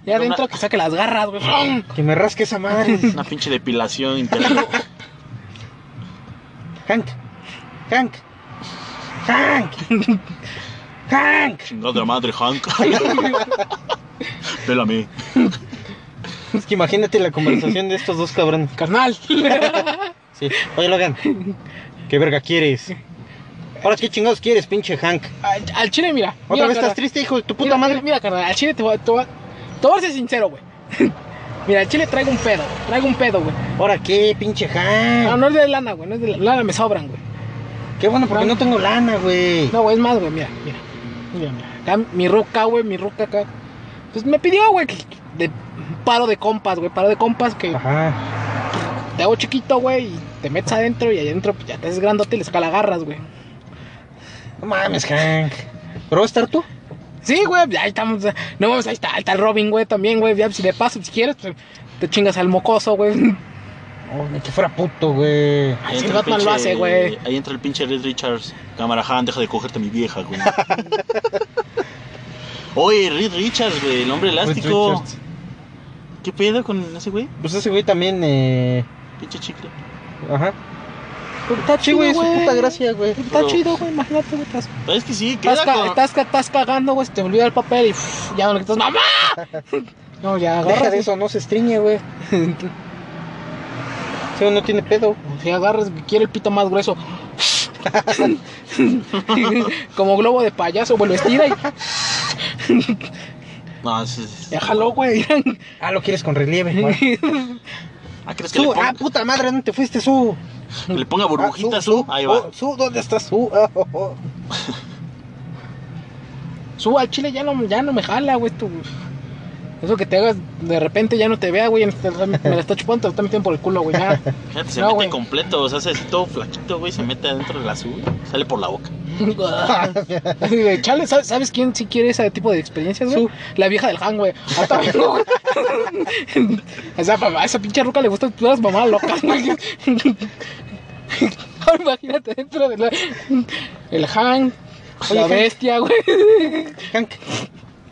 [SPEAKER 1] Y adentro que saque las garras, güey.
[SPEAKER 2] Que me rasque esa madre.
[SPEAKER 3] Una pinche depilación interna.
[SPEAKER 2] Hank, Hank, Hank, Hank.
[SPEAKER 3] Chingada madre, Hank. Pélame.
[SPEAKER 2] Es que imagínate la conversación de estos dos cabrones.
[SPEAKER 1] Carnal.
[SPEAKER 2] Sí. Oye, Logan, ¿qué verga quieres? Ahora, ¿qué chingados quieres, pinche Hank?
[SPEAKER 1] Al, al chile, mira.
[SPEAKER 2] ¿Otra
[SPEAKER 1] Mira,
[SPEAKER 2] vez
[SPEAKER 1] carnal.
[SPEAKER 2] estás triste, hijo de tu
[SPEAKER 1] mira,
[SPEAKER 2] puta madre?
[SPEAKER 1] Mira, mira, carnal, al chile te voy a. Te voy a, te voy a ser sincero, güey. Mira, al chile traigo un pedo, güey. traigo un pedo, güey.
[SPEAKER 2] ¿Ahora qué, pinche
[SPEAKER 1] No,
[SPEAKER 2] Hank?
[SPEAKER 1] no es de lana, güey, no es de lana, lana me sobran, güey.
[SPEAKER 2] Qué bueno, porque no tengo lana, güey.
[SPEAKER 1] No, güey, es más, güey, mira, mira. Mira, mira. Acá mi roca, güey, mi roca acá. Pues me pidió, güey, que de paro de compas, güey, paro de compas que
[SPEAKER 2] Ajá.
[SPEAKER 1] te hago chiquito, güey, y te metes adentro y adentro pues, ya te haces grandote y le sacas las garras, güey.
[SPEAKER 2] No mames, Hank. ¿Pero va a estar tú?
[SPEAKER 1] Sí, güey, pues, ahí estamos. No mames, ahí está, ahí está el Robin, güey, también, güey. Ya, pues, si le pasas, si quieres, pues, te chingas al mocoso, güey.
[SPEAKER 2] Oh, ni que fuera puto, güey.
[SPEAKER 1] Así Batman lo hace, güey.
[SPEAKER 3] Ahí entra el pinche Red Richards. Cámara Han, deja de cogerte a mi vieja, güey. Oye, Reed Richards, güey, el hombre elástico.
[SPEAKER 2] Richards.
[SPEAKER 3] ¿Qué pedo con ese güey?
[SPEAKER 2] Pues ese güey también, eh...
[SPEAKER 3] Pinche chicle.
[SPEAKER 2] Ajá.
[SPEAKER 1] Pero está
[SPEAKER 2] Sí,
[SPEAKER 1] chido,
[SPEAKER 2] güey,
[SPEAKER 1] güey.
[SPEAKER 2] su puta gracia, güey.
[SPEAKER 1] Está
[SPEAKER 3] Pero-
[SPEAKER 1] chido, güey, imagínate, güey. Estás,
[SPEAKER 3] ¿Sabes que sí? Queda
[SPEAKER 1] estás, ca-
[SPEAKER 3] con...
[SPEAKER 1] estás ca- estás cagando, güey, se te olvida el papel y pff, ya no le quitas, ¡mamá! No, ya agarras.
[SPEAKER 2] Deja de eso, no se estriñe, güey. Ese güey no tiene pedo.
[SPEAKER 1] Si agarras, quiere el pito más grueso. Como globo de payaso, güey, lo estira y
[SPEAKER 3] No, sí, sí, sí.
[SPEAKER 1] déjalo, güey.
[SPEAKER 2] Ah, lo quieres con relieve. Bueno.
[SPEAKER 3] Ah, ¿crees que le,
[SPEAKER 2] Su, ah,
[SPEAKER 3] ponga,
[SPEAKER 2] puta madre, ¿dónde te fuiste, Su?
[SPEAKER 3] que le ponga burbujitas,
[SPEAKER 2] Ah,
[SPEAKER 3] su? Ahí va.
[SPEAKER 2] Oh, su, ¿dónde estás, Su? Ah, oh, oh.
[SPEAKER 1] Suba al chile, ya no, ya no me jala, güey, tú. Eso que te hagas de repente ya no te vea, güey. este, Me la está chupando, te la está metiendo por el culo, güey. Ya.
[SPEAKER 3] Fíjate, se
[SPEAKER 1] No,
[SPEAKER 3] mete
[SPEAKER 1] güey.
[SPEAKER 3] completo, o sea, se hace todo flaquito, güey, se mete adentro del azul, sale por la boca.
[SPEAKER 1] Así de, Chale, ¿sabes, sabes quién sí quiere ese tipo de experiencias, güey?
[SPEAKER 2] Su.
[SPEAKER 1] La vieja del Han, güey. Ahorita vengo, güey. O sea, a esa pinche ruca le gustan todas las mamás locas, güey. Ahora imagínate dentro de la... El Han,
[SPEAKER 2] Oye,
[SPEAKER 1] la
[SPEAKER 2] Han.
[SPEAKER 1] bestia, güey.
[SPEAKER 2] Hank,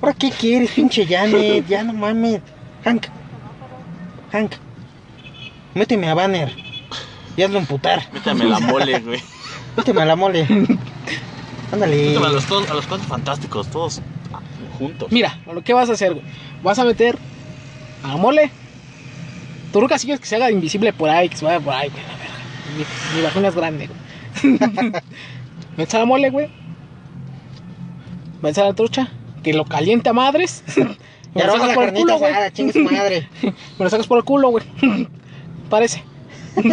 [SPEAKER 2] ¿ahora qué quieres, pinche Janet? Ya no mames. Hank, Hank, méteme a Banner y hazlo emputar.
[SPEAKER 3] Métame la mole, güey.
[SPEAKER 2] Méteme a la mole. Ándale.
[SPEAKER 3] Métame a los, todos, a los cuatro fantásticos, todos ah, juntos.
[SPEAKER 1] Mira, lo que vas a hacer, güey. Vas a meter a la mole. Tu ruca sí quieres que se haga invisible por ahí, que se vaya por ahí, güey. La verga. Mi, mi vagina es grande, güey. Metes a la mole, güey. Metes a la trucha. Que lo calienta a madres. Me
[SPEAKER 2] Ya
[SPEAKER 1] lo sacas
[SPEAKER 2] roba la
[SPEAKER 1] por el
[SPEAKER 2] carnita
[SPEAKER 1] culo, güey.
[SPEAKER 2] asada, chingue su madre.
[SPEAKER 1] Me lo sacas por el culo, güey. Parece.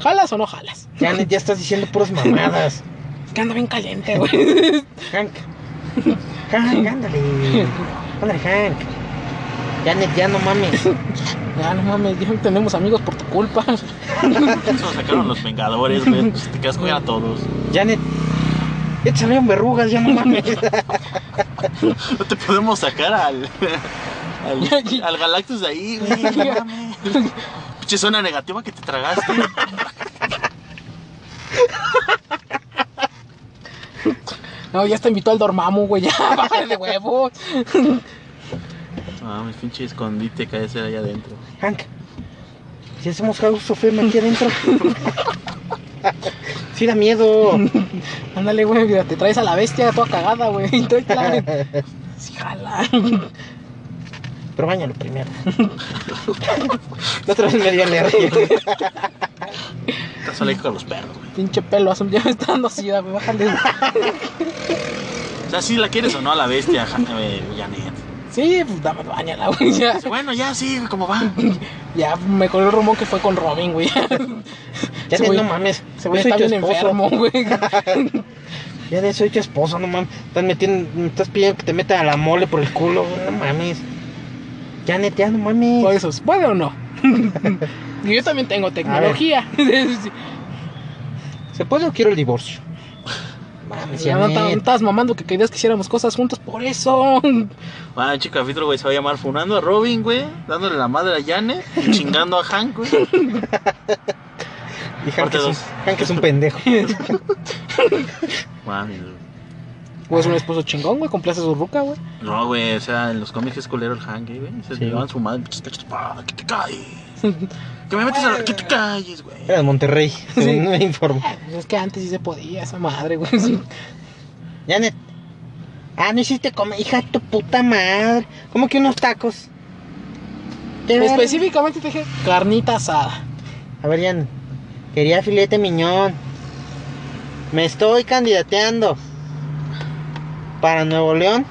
[SPEAKER 1] ¿Jalas o no jalas?
[SPEAKER 2] Janet, ya estás diciendo puras mamadas.
[SPEAKER 1] Es que anda bien caliente, güey.
[SPEAKER 2] Hank, Hank, ándale. Ándale, Hank. Janet, ya no mames.
[SPEAKER 1] Ya, no mames, ya tenemos amigos por tu culpa.
[SPEAKER 3] Eso sacaron los Vengadores, güey. pues, te quedas con a todos.
[SPEAKER 2] Janet, ya te salieron verrugas, ya no mames.
[SPEAKER 3] No te podemos sacar al. al, al Galactus de ahí, güey. no mames. Pinche zona negativa que te tragaste.
[SPEAKER 1] No, ya te invitó al Dormammu, güey. Ya, bájale de huevo.
[SPEAKER 3] No mames, pinche escondite que ha de ser allá adentro.
[SPEAKER 2] Hank, si hacemos House of M aquí adentro. sí da miedo.
[SPEAKER 1] Ándale, güey, mira, te traes a la bestia toda cagada, güey. Tráetela, güey. Sí, jala. Pero bañalo primero.
[SPEAKER 2] La otra vez me dio alergia.
[SPEAKER 3] Estás alérgico a los perros, güey.
[SPEAKER 1] Pinche pelo, azul, ya me está dando sida, güey. Bájale.
[SPEAKER 3] O sea, si la quieres o no a la bestia, ja- eh, Janet.
[SPEAKER 1] Sí, pues dame, bañala, güey. Ya,
[SPEAKER 3] Dice, Bueno, ya sí, como va.
[SPEAKER 1] ya me corrió el rumor que fue con Robin, güey.
[SPEAKER 2] Ya
[SPEAKER 1] Ese
[SPEAKER 2] de,
[SPEAKER 1] güey-
[SPEAKER 2] no mames.
[SPEAKER 1] Se güey
[SPEAKER 2] ya
[SPEAKER 1] está
[SPEAKER 2] soy tu
[SPEAKER 1] bien
[SPEAKER 2] esposo.
[SPEAKER 1] enfermo, güey.
[SPEAKER 2] Ya de soy tu esposo, no mames. Estás metiendo, me estás pidiendo que te meta a la mole por el culo, güey, no mames. Ya neta, ya no mames.
[SPEAKER 1] Por eso, ¿puede o no? Y Yo también tengo tecnología.
[SPEAKER 2] ¿Se puede o quiero el divorcio? Mames,
[SPEAKER 1] Ya no
[SPEAKER 2] Janet.
[SPEAKER 1] ta- estabas mamando que querías que hiciéramos cosas juntos, por eso.
[SPEAKER 3] Bueno, el chico capítulo, güey, se va a llamar Funando a Robin, güey. Dándole la madre a Janet y chingando a Hank, güey.
[SPEAKER 2] Y Hank
[SPEAKER 3] Parte
[SPEAKER 2] es, un,
[SPEAKER 3] dos.
[SPEAKER 2] Hank es un pendejo.
[SPEAKER 3] Mames, güey.
[SPEAKER 1] Güey, es un esposo chingón, güey, complace a su ruca, güey.
[SPEAKER 3] No, güey, o sea, en los cómics es culero el Hank, eh, güey. Se
[SPEAKER 2] Sí.
[SPEAKER 3] llevan su madre. Que te calles. Que me metes a la... Que te calles, güey.
[SPEAKER 2] Era de Monterrey, según me informo.
[SPEAKER 1] Pues Es que antes sí se podía, esa madre, güey.
[SPEAKER 2] Janet. Ah, no hiciste comer, hija de tu puta madre. ¿Cómo que unos tacos?
[SPEAKER 1] Pues,
[SPEAKER 2] De ver-
[SPEAKER 1] Específicamente te dije carnita asada.
[SPEAKER 2] A ver, Janet. Quería filete miñón. Me estoy candidateando para Nuevo León.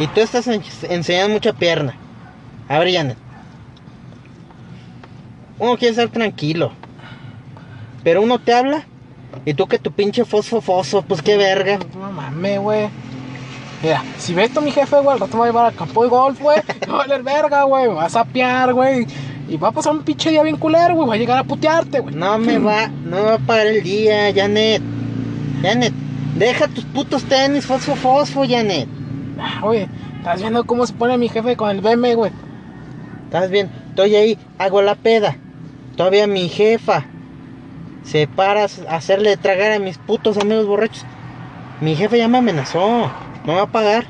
[SPEAKER 2] Y tú estás en- enseñando mucha pierna. A ver, Janet. Uno quiere estar tranquilo. Pero uno te habla. Y tú que tu pinche fosfo fosfo, pues qué verga.
[SPEAKER 1] No mames, güey. Mira, si ve esto mi jefe, güey, al rato me va a llevar al campo de golf, güey. Me va a valer verga, güey. Me va a sapear, güey. Y va a pasar un pinche día bien culero, güey. Va a llegar a putearte, güey.
[SPEAKER 2] No me va, no me va a pagar el día, Janet. Janet, deja tus putos tenis fosfo fosfo, Janet.
[SPEAKER 1] Ah, Güey, estás viendo cómo se pone mi jefe con el BM, güey.
[SPEAKER 2] ¿Estás bien? Estoy ahí, hago la peda. Todavía mi jefa se para a hacerle tragar a mis putos amigos borrachos. Mi jefe ya me amenazó. No me va a pagar.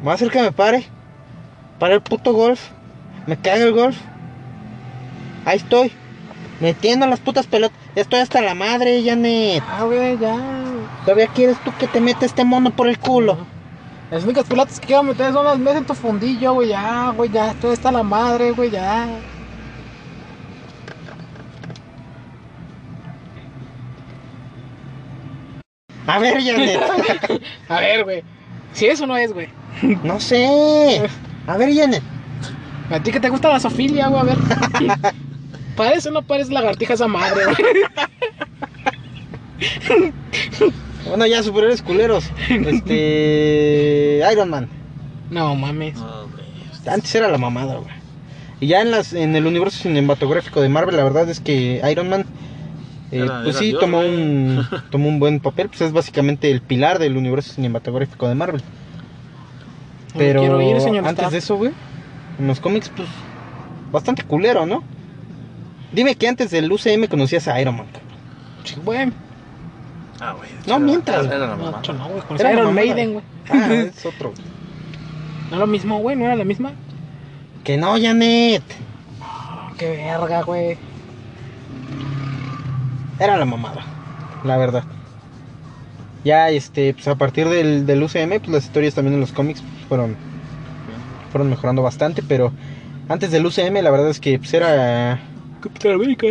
[SPEAKER 2] Me va a hacer que me pare. Para el puto golf. Me caga el golf. Ahí estoy. Metiendo las putas pelotas. Ya estoy hasta la madre, Janet.
[SPEAKER 1] Ah, güey, ya.
[SPEAKER 2] Todavía quieres tú que te meta este mono por el culo.
[SPEAKER 1] Las únicas pelotas que quiero meter son las mesas en tu fundillo, güey. Ya, güey, ya. Esto está la madre, güey, ya.
[SPEAKER 2] A ver, Janet.
[SPEAKER 1] A ver, güey. Si eso no es, güey.
[SPEAKER 2] No sé. A ver, Janet.
[SPEAKER 1] A ti que te gusta la sofilia, güey, a ver. Parece o no parece lagartija esa madre, güey.
[SPEAKER 2] Bueno, ya superhéroes culeros. Este. Iron Man.
[SPEAKER 1] No mames.
[SPEAKER 3] No, güey.
[SPEAKER 2] Antes era la mamada, güey. Y ya en, las, en el universo cinematográfico de Marvel, la verdad es que Iron Man. eh,
[SPEAKER 3] Era-
[SPEAKER 2] pues
[SPEAKER 3] era
[SPEAKER 2] sí,
[SPEAKER 3] Dios,
[SPEAKER 2] tomó,
[SPEAKER 3] güey.
[SPEAKER 2] un, tomó un buen papel. Pues es básicamente el pilar del universo cinematográfico de Marvel.
[SPEAKER 1] No me
[SPEAKER 2] Pero
[SPEAKER 1] quiero ir, señor
[SPEAKER 2] antes
[SPEAKER 1] Stark.
[SPEAKER 2] de eso, güey, en los cómics, pues, bastante culero, ¿no? Dime que antes del UCM conocías a Iron Man. cabrón.
[SPEAKER 1] Sí, güey.
[SPEAKER 3] Ah, güey.
[SPEAKER 2] No mientas,
[SPEAKER 3] Era la
[SPEAKER 1] No,
[SPEAKER 3] mamá.
[SPEAKER 1] cho, no, güey. Con
[SPEAKER 2] Era la
[SPEAKER 1] Iron
[SPEAKER 2] mamada.
[SPEAKER 1] Maiden, güey.
[SPEAKER 2] Ah, es otro.
[SPEAKER 1] No es lo mismo, güey. No era la misma.
[SPEAKER 2] Que no, Janet.
[SPEAKER 1] Ah, qué verga, güey.
[SPEAKER 2] Era la mamada, la verdad. Ya, este, pues a partir del, del UCM, pues las historias también en los cómics fueron, fueron mejorando bastante, pero antes del UCM, la verdad es que pues era,
[SPEAKER 1] Capitán América.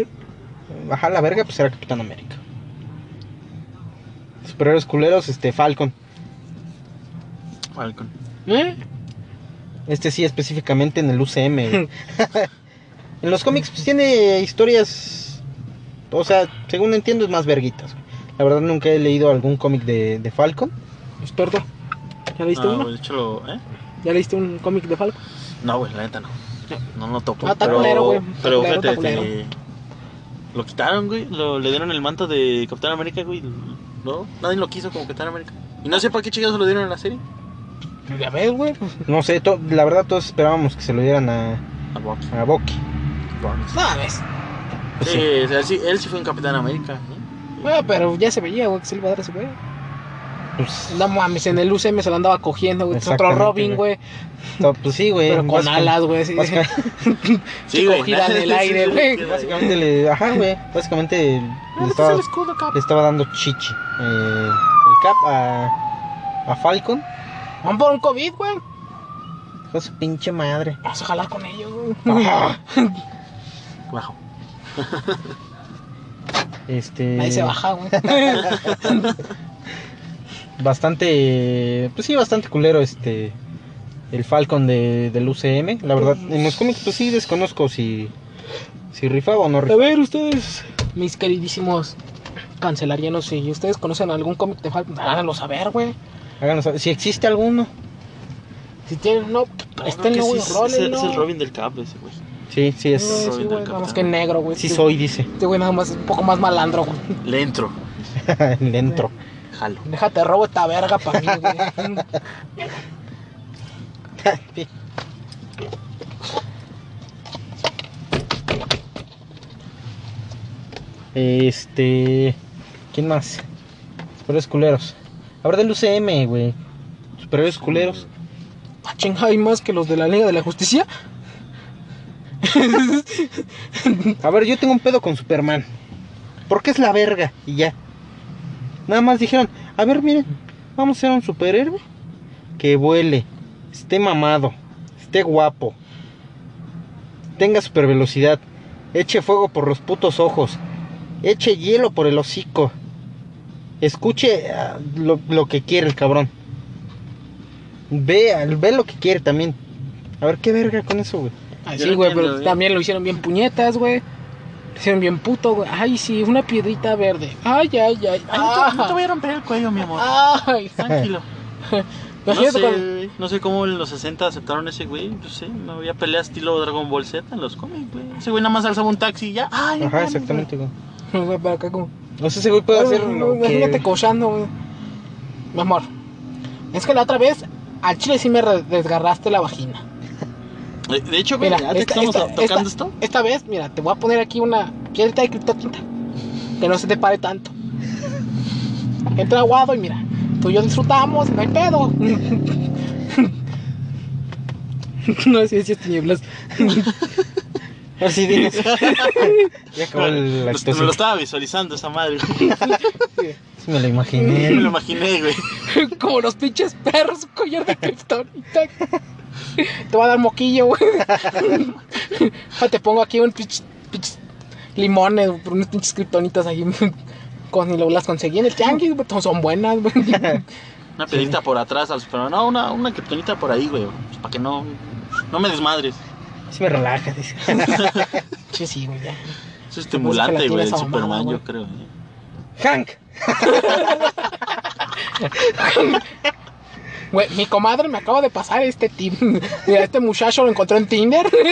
[SPEAKER 2] bajar la verga, pues era Capitán América. Superhéroes culeros, este, Falcon.
[SPEAKER 3] Falcon.
[SPEAKER 1] ¿Eh?
[SPEAKER 2] Este sí, específicamente en el UCM. güey. en los cómics, pues tiene historias, o sea, según entiendo, es más verguitas. güey. La verdad nunca he leído algún cómic de, de Falcon.
[SPEAKER 1] Es torta. ¿Ya leíste
[SPEAKER 3] No,
[SPEAKER 1] uno?
[SPEAKER 3] güey, de hecho lo- ¿eh?
[SPEAKER 1] ¿Ya leíste un cómic de Falco?
[SPEAKER 3] No, güey, la neta no. No lo topo.
[SPEAKER 1] Ah, está
[SPEAKER 3] pero,
[SPEAKER 1] culero, güey. Está
[SPEAKER 3] Pero
[SPEAKER 1] culero,
[SPEAKER 3] fíjate,
[SPEAKER 1] está culero.
[SPEAKER 3] este, lo quitaron, güey. Lo, le dieron el manto de Capitán América, güey. No, nadie lo quiso como Capitán América. Y no sé para qué chingados lo dieron en la serie.
[SPEAKER 1] Ya ves, güey. pues,
[SPEAKER 2] No sé, to- la verdad todos esperábamos que se lo dieran a,
[SPEAKER 3] A Bucky
[SPEAKER 2] a Bucky. Pues
[SPEAKER 3] Barnes.
[SPEAKER 1] Nada ves.
[SPEAKER 3] Sí, o sea, sí, él sí fue un Capitán América. ¿eh?
[SPEAKER 1] Güey, pero ya se veía, güey, que se le iba a dar a ese güey.
[SPEAKER 2] Pues,
[SPEAKER 1] No mames, en el UCM se lo andaba cogiendo, güey. Es otro
[SPEAKER 2] Exactamente,
[SPEAKER 1] Robin,
[SPEAKER 2] güey.
[SPEAKER 1] güey.
[SPEAKER 2] to- pues sí, güey.
[SPEAKER 1] Pero con
[SPEAKER 2] básica-
[SPEAKER 1] alas, güey. Sí.
[SPEAKER 2] básica-
[SPEAKER 1] Sí, güey, gira en el aire, güey.
[SPEAKER 2] Básicamente le... Ajá, güey. Básicamente le
[SPEAKER 1] ¿Dónde está
[SPEAKER 2] estaba,
[SPEAKER 1] el escudo,
[SPEAKER 2] le
[SPEAKER 1] cap?
[SPEAKER 2] estaba dando chichi. eh, el cap a, a Falcon.
[SPEAKER 1] Van por un COVID, güey.
[SPEAKER 2] Hijo de su pinche madre.
[SPEAKER 1] Vamos a jalar con ellos, güey.
[SPEAKER 3] Bajo.
[SPEAKER 2] Este.
[SPEAKER 1] Nadie se baja, güey.
[SPEAKER 2] Bastante. Pues sí, bastante culero este. El Falcon de, del UCM. La verdad, en los cómics, pues sí, desconozco si. Si rifaba o no
[SPEAKER 1] A
[SPEAKER 2] rifaba.
[SPEAKER 1] ver, ustedes, mis queridísimos cancelarianos, si ustedes conocen algún cómic de Falcon, háganlo saber, güey.
[SPEAKER 2] Háganos saber. Si existe alguno.
[SPEAKER 1] Si tienen, no,
[SPEAKER 3] Este
[SPEAKER 1] préstenlo, güey,
[SPEAKER 3] es, es,
[SPEAKER 1] rólenlo.
[SPEAKER 3] es el Robin del Cap ese, güey.
[SPEAKER 2] Sí, sí
[SPEAKER 1] Sí,
[SPEAKER 2] es.
[SPEAKER 1] güey,
[SPEAKER 3] Robin del
[SPEAKER 1] nada
[SPEAKER 3] Capitán.
[SPEAKER 1] más que negro, güey.
[SPEAKER 2] Sí
[SPEAKER 1] Este-
[SPEAKER 2] soy, dice.
[SPEAKER 1] Este güey nada más es un poco más malandro, güey.
[SPEAKER 3] Le entro.
[SPEAKER 2] Le entro.
[SPEAKER 3] Jalo.
[SPEAKER 1] Déjate robo esta verga para mí, güey.
[SPEAKER 2] Este. ¿Quién más? Superhéroes culeros. Habrá del UCM, güey. Superhéroes culeros.
[SPEAKER 1] Ah, chinga, hay más que los de la Liga de la Justicia.
[SPEAKER 2] A ver, yo tengo un pedo con Superman. Porque es la verga y ya. Nada más dijeron, a ver, miren, vamos a hacer un superhéroe que vuele, esté mamado, esté guapo, tenga super velocidad, eche fuego por los putos ojos, eche hielo por el hocico, escuche ah, lo, lo que quiere el cabrón. Ve, ve lo que quiere también. A ver qué verga con eso, güey.
[SPEAKER 1] Ay,
[SPEAKER 3] Ah, Yo
[SPEAKER 1] sí,
[SPEAKER 3] lo
[SPEAKER 1] güey,
[SPEAKER 3] entiendo,
[SPEAKER 1] pero
[SPEAKER 3] güey.
[SPEAKER 1] también lo hicieron bien puñetas, güey. Lo hicieron bien puto, güey. Ay, sí, una piedrita verde. Ay, ay, ay.
[SPEAKER 3] Ay, no, te, no te
[SPEAKER 1] ay.
[SPEAKER 3] voy a romper el cuello, mi amor.
[SPEAKER 1] Ay.
[SPEAKER 3] Tranquilo. Ah. No
[SPEAKER 1] Imagínate
[SPEAKER 3] sé,
[SPEAKER 1] con-
[SPEAKER 3] güey. no sé cómo en los 60 aceptaron ese güey. No sé, no había pelea estilo Dragon Ball Z en los cómics, güey. Ese güey nada más alzaba un taxi y ya. Ay,
[SPEAKER 2] Ajá,
[SPEAKER 3] mames,
[SPEAKER 2] exactamente, güey.
[SPEAKER 1] Güey, para acá como...
[SPEAKER 2] No sé si güey
[SPEAKER 3] Ah,
[SPEAKER 2] puede hacer lo
[SPEAKER 1] Imagínate
[SPEAKER 2] que...
[SPEAKER 1] cochando, güey. Mi amor, es que la otra vez al chile sí me re- desgarraste la vagina.
[SPEAKER 3] güey. De de hecho, güey,
[SPEAKER 1] Mira,
[SPEAKER 3] ya que
[SPEAKER 1] esta-
[SPEAKER 3] estamos
[SPEAKER 1] esta-
[SPEAKER 3] tocando
[SPEAKER 1] esta-
[SPEAKER 3] esto.
[SPEAKER 1] Esta vez, mira, te voy a poner aquí una piedrita de criptotinta. Que no se te pare tanto. Entra aguado y mira, tú y yo disfrutamos, no hay pedo. No sé si es tinieblas.
[SPEAKER 2] A ver si diles. ya acabó
[SPEAKER 3] Güey,
[SPEAKER 2] la
[SPEAKER 3] lo- Pues, Me
[SPEAKER 2] actuación.
[SPEAKER 3] lo estaba visualizando esa madre, güey.
[SPEAKER 2] Sí, me lo
[SPEAKER 3] Me lo
[SPEAKER 2] imaginé.
[SPEAKER 3] imaginé, güey.
[SPEAKER 1] Como los pinches perros, un collar de criptonita. Te va a dar moquillo, güey. Ah, Te pongo aquí un pinche, pinches limones, unos pinches criptonitas ahí. Con, y luego las conseguí en el tianguis, güey, pues, son buenas, güey.
[SPEAKER 3] Una pedita por atrás al Superman. No, una, una kriptonita por ahí, güey. Pues, para que no, no me desmadres.
[SPEAKER 2] Sí me relaja, dice.
[SPEAKER 1] Sí, sí, güey, ya.
[SPEAKER 3] Es estimulante, güey, el
[SPEAKER 1] gelatina esa mamada,
[SPEAKER 3] Superman,
[SPEAKER 1] güey.
[SPEAKER 3] yo creo. eh.
[SPEAKER 2] Hank.
[SPEAKER 1] Güey, mi comadre me acaba de pasar este tip. Mira, este muchacho lo encontró en Tinder.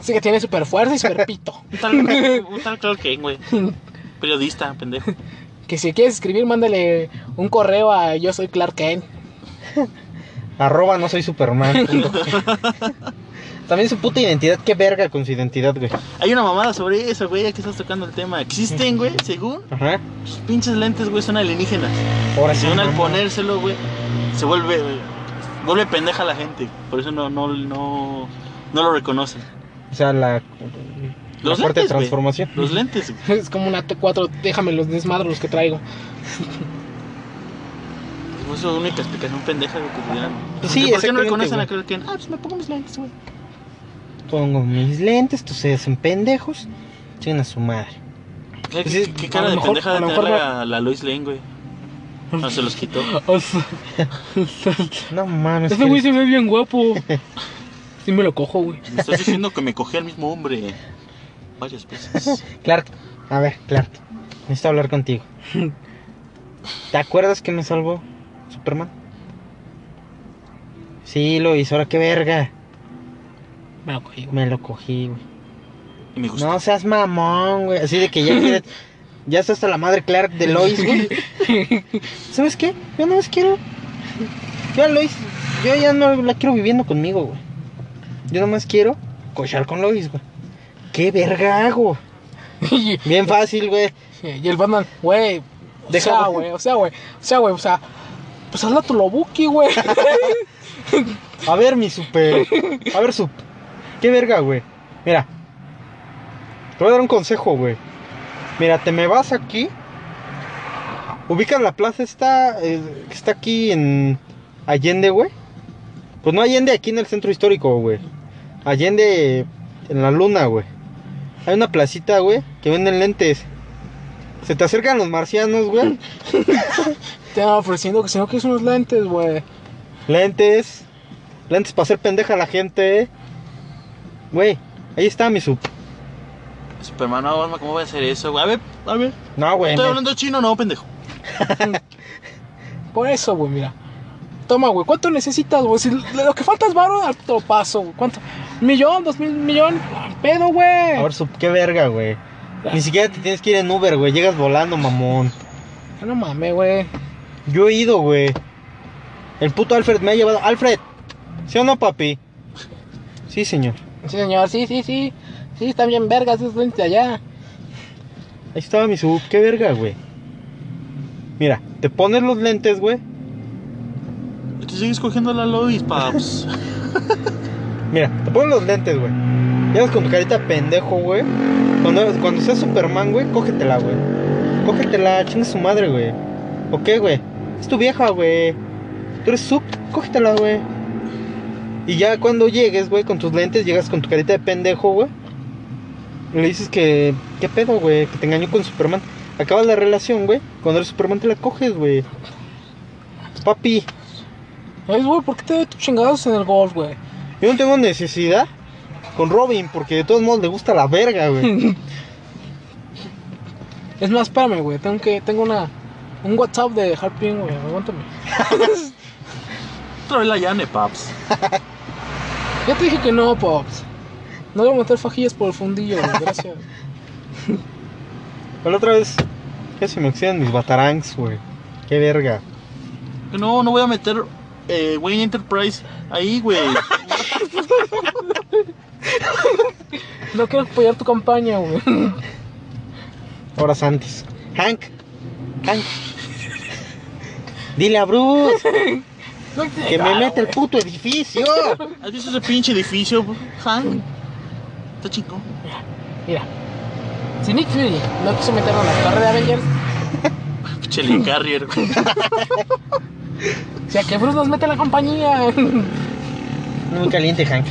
[SPEAKER 1] Así que tiene super fuerza y super pito.
[SPEAKER 3] Un tal, un tal Clark Kent, güey. Periodista, pendejo.
[SPEAKER 1] Que si quieres escribir, mándale un correo a yo soy Clark Kent.
[SPEAKER 2] Arroba no soy Superman. punto. También su puta identidad. Qué verga con su identidad, güey.
[SPEAKER 3] Hay una mamada sobre eso, güey, ya que estás tocando el tema. Existen, güey, según
[SPEAKER 2] Ajá.
[SPEAKER 3] sus pinches lentes, güey, son alienígenas.
[SPEAKER 2] Ahora
[SPEAKER 3] Y
[SPEAKER 2] sí.
[SPEAKER 3] según al
[SPEAKER 2] mamá.
[SPEAKER 3] ponérselo, güey, se vuelve, vuelve pendeja la gente. Por eso no, no, no, no lo reconocen.
[SPEAKER 2] O sea, la, la
[SPEAKER 3] Los
[SPEAKER 2] fuerte
[SPEAKER 3] lentes, güey.
[SPEAKER 2] transformación.
[SPEAKER 3] Los lentes, güey.
[SPEAKER 1] Es como una T4, déjame los desmadros los que traigo.
[SPEAKER 3] Esa es la única explicación pendeja, güey, que pudieran.
[SPEAKER 2] Pues sí,
[SPEAKER 3] ¿Y ¿Por qué no
[SPEAKER 2] exactamente,
[SPEAKER 3] reconocen
[SPEAKER 2] güey.
[SPEAKER 3] a Clark Kent? Ah, pues me pongo mis lentes, güey.
[SPEAKER 2] Pongo mis lentes, tú se hacen pendejos. Chingan a su madre.
[SPEAKER 3] ¿Qué,
[SPEAKER 2] Pues sí,
[SPEAKER 3] qué- qué
[SPEAKER 1] a
[SPEAKER 3] cara
[SPEAKER 1] lo
[SPEAKER 3] de
[SPEAKER 1] mejor-
[SPEAKER 3] pendeja
[SPEAKER 1] a
[SPEAKER 3] de
[SPEAKER 1] lo
[SPEAKER 3] tener
[SPEAKER 1] mejor
[SPEAKER 3] la, la Lois Lane, güey? No, se los quitó.
[SPEAKER 2] No mames.
[SPEAKER 1] Este
[SPEAKER 2] que-
[SPEAKER 1] güey se ve bien guapo. Sí me lo cojo, güey.
[SPEAKER 3] Me estás diciendo que me cogí al mismo hombre varias veces.
[SPEAKER 2] Clark, a ver, Clark, necesito hablar contigo. ¿Te acuerdas que me salvó Superman? Sí, lo hizo, ahora qué verga.
[SPEAKER 1] Me lo cogí, güey.
[SPEAKER 2] Me lo cogí, güey.
[SPEAKER 3] Y me gustó.
[SPEAKER 2] No seas mamón, güey. Así de que ya quieres. Ya está hasta la madre Clark de Lois, güey. ¿Sabes qué? Yo no más quiero. Yo a Lois, yo ya no la quiero viviendo conmigo, güey. Yo nomás quiero cochar con Lois, güey. ¿Qué verga hago?
[SPEAKER 1] Y-
[SPEAKER 2] Bien fácil, güey.
[SPEAKER 1] Y el Batman, güey. O
[SPEAKER 2] Deja,
[SPEAKER 1] sea,
[SPEAKER 2] güey.
[SPEAKER 1] güey, o sea, güey. O sea, güey, o sea. Pues hazla tu lobuki, güey.
[SPEAKER 2] A ver, mi super. A ver, sup. Qué verga, güey. Mira. Te voy a dar un consejo, güey. Mira, te me vas aquí. ¿Ubicas la plaza esta eh, que está aquí en Allende, güey? Pues no Allende, aquí en el centro histórico, güey. Allende eh, en la luna, güey. Hay una placita, güey, que venden lentes. Se te acercan los marcianos, güey.
[SPEAKER 1] Te estaba ofreciendo que si no quieres unos lentes, güey.
[SPEAKER 2] Lentes. Lentes para hacer pendeja a la gente, eh. Güey, ahí está mi sub.
[SPEAKER 3] Superman, no, Batman, ¿cómo voy a hacer eso, güey? A ver, a ver.
[SPEAKER 2] No, güey.
[SPEAKER 3] ¿Estoy
[SPEAKER 2] me-
[SPEAKER 3] hablando chino? No, pendejo.
[SPEAKER 1] Por eso, güey, mira. Toma, güey, ¿cuánto necesitas, güey? Si lo que falta es varo, alto paso, güey. ¿Cuánto? ¿Millón? ¿Dos mil millón? Pedo, güey.
[SPEAKER 2] A ver, sub, qué verga, güey. Ni siquiera te tienes que ir en Uber, güey. Llegas volando, mamón.
[SPEAKER 1] Ah, No mames, güey.
[SPEAKER 2] Yo he ido, güey. El puto Alfred me ha llevado. Alfred, ¿sí o no, papi? Sí, señor.
[SPEAKER 1] Sí, señor, sí, sí, sí. Sí, están bien vergas esos lentes de allá.
[SPEAKER 2] Ahí estaba mi sub. Qué verga, güey. Mira, te pones los lentes, güey.
[SPEAKER 3] Y Tú sigues cogiendo la Lois, paps.
[SPEAKER 2] Mira, te pones los lentes, güey. Llegas con tu carita pendejo, güey. Cuando, cuando seas Superman, güey, cógetela, güey. Cógetela, chinga su madre, güey. ¿O qué, güey? Es tu vieja, güey. Tú eres sub, cógetela, güey. Y ya cuando llegues, güey, con tus lentes, llegas con tu carita de pendejo, güey. y Le dices que, ¿qué pedo, güey? Que te engañó con Superman. Acabas la relación, güey. Cuando eres Superman te la coges, güey. Papi,
[SPEAKER 1] Es, güey, ¿por qué te doy tus chingados en el golf, güey?
[SPEAKER 2] yo no tengo necesidad con Robin, porque de todos modos le gusta la verga, güey.
[SPEAKER 1] Es más, espérame, güey. Tengo que, tengo una, un WhatsApp de Harpin, güey. Aguántame.
[SPEAKER 3] Trae la llane, paps.
[SPEAKER 1] Ya te dije que no, Pops. No voy a meter fajillas por el fundillo, güey. Gracias.
[SPEAKER 2] Pero la otra vez casi me oxidan mis batarangs, güey. Qué verga.
[SPEAKER 3] No, no voy a meter eh, Wayne Enterprise ahí, güey.
[SPEAKER 1] No quiero apoyar tu campaña, güey.
[SPEAKER 2] Horas antes. Hank. Hank. Dile a Bruce que me mete el puto edificio.
[SPEAKER 3] ¿Has visto ese Este pinche edificio, Han? Está chico.
[SPEAKER 1] Mira. Si Nick Fury no quiso meterlo en la torre de Avengers,
[SPEAKER 3] Pinche Lee Carrier, güey.
[SPEAKER 1] o sea que Bruce nos mete a la compañía.
[SPEAKER 2] No me caliente, Hank.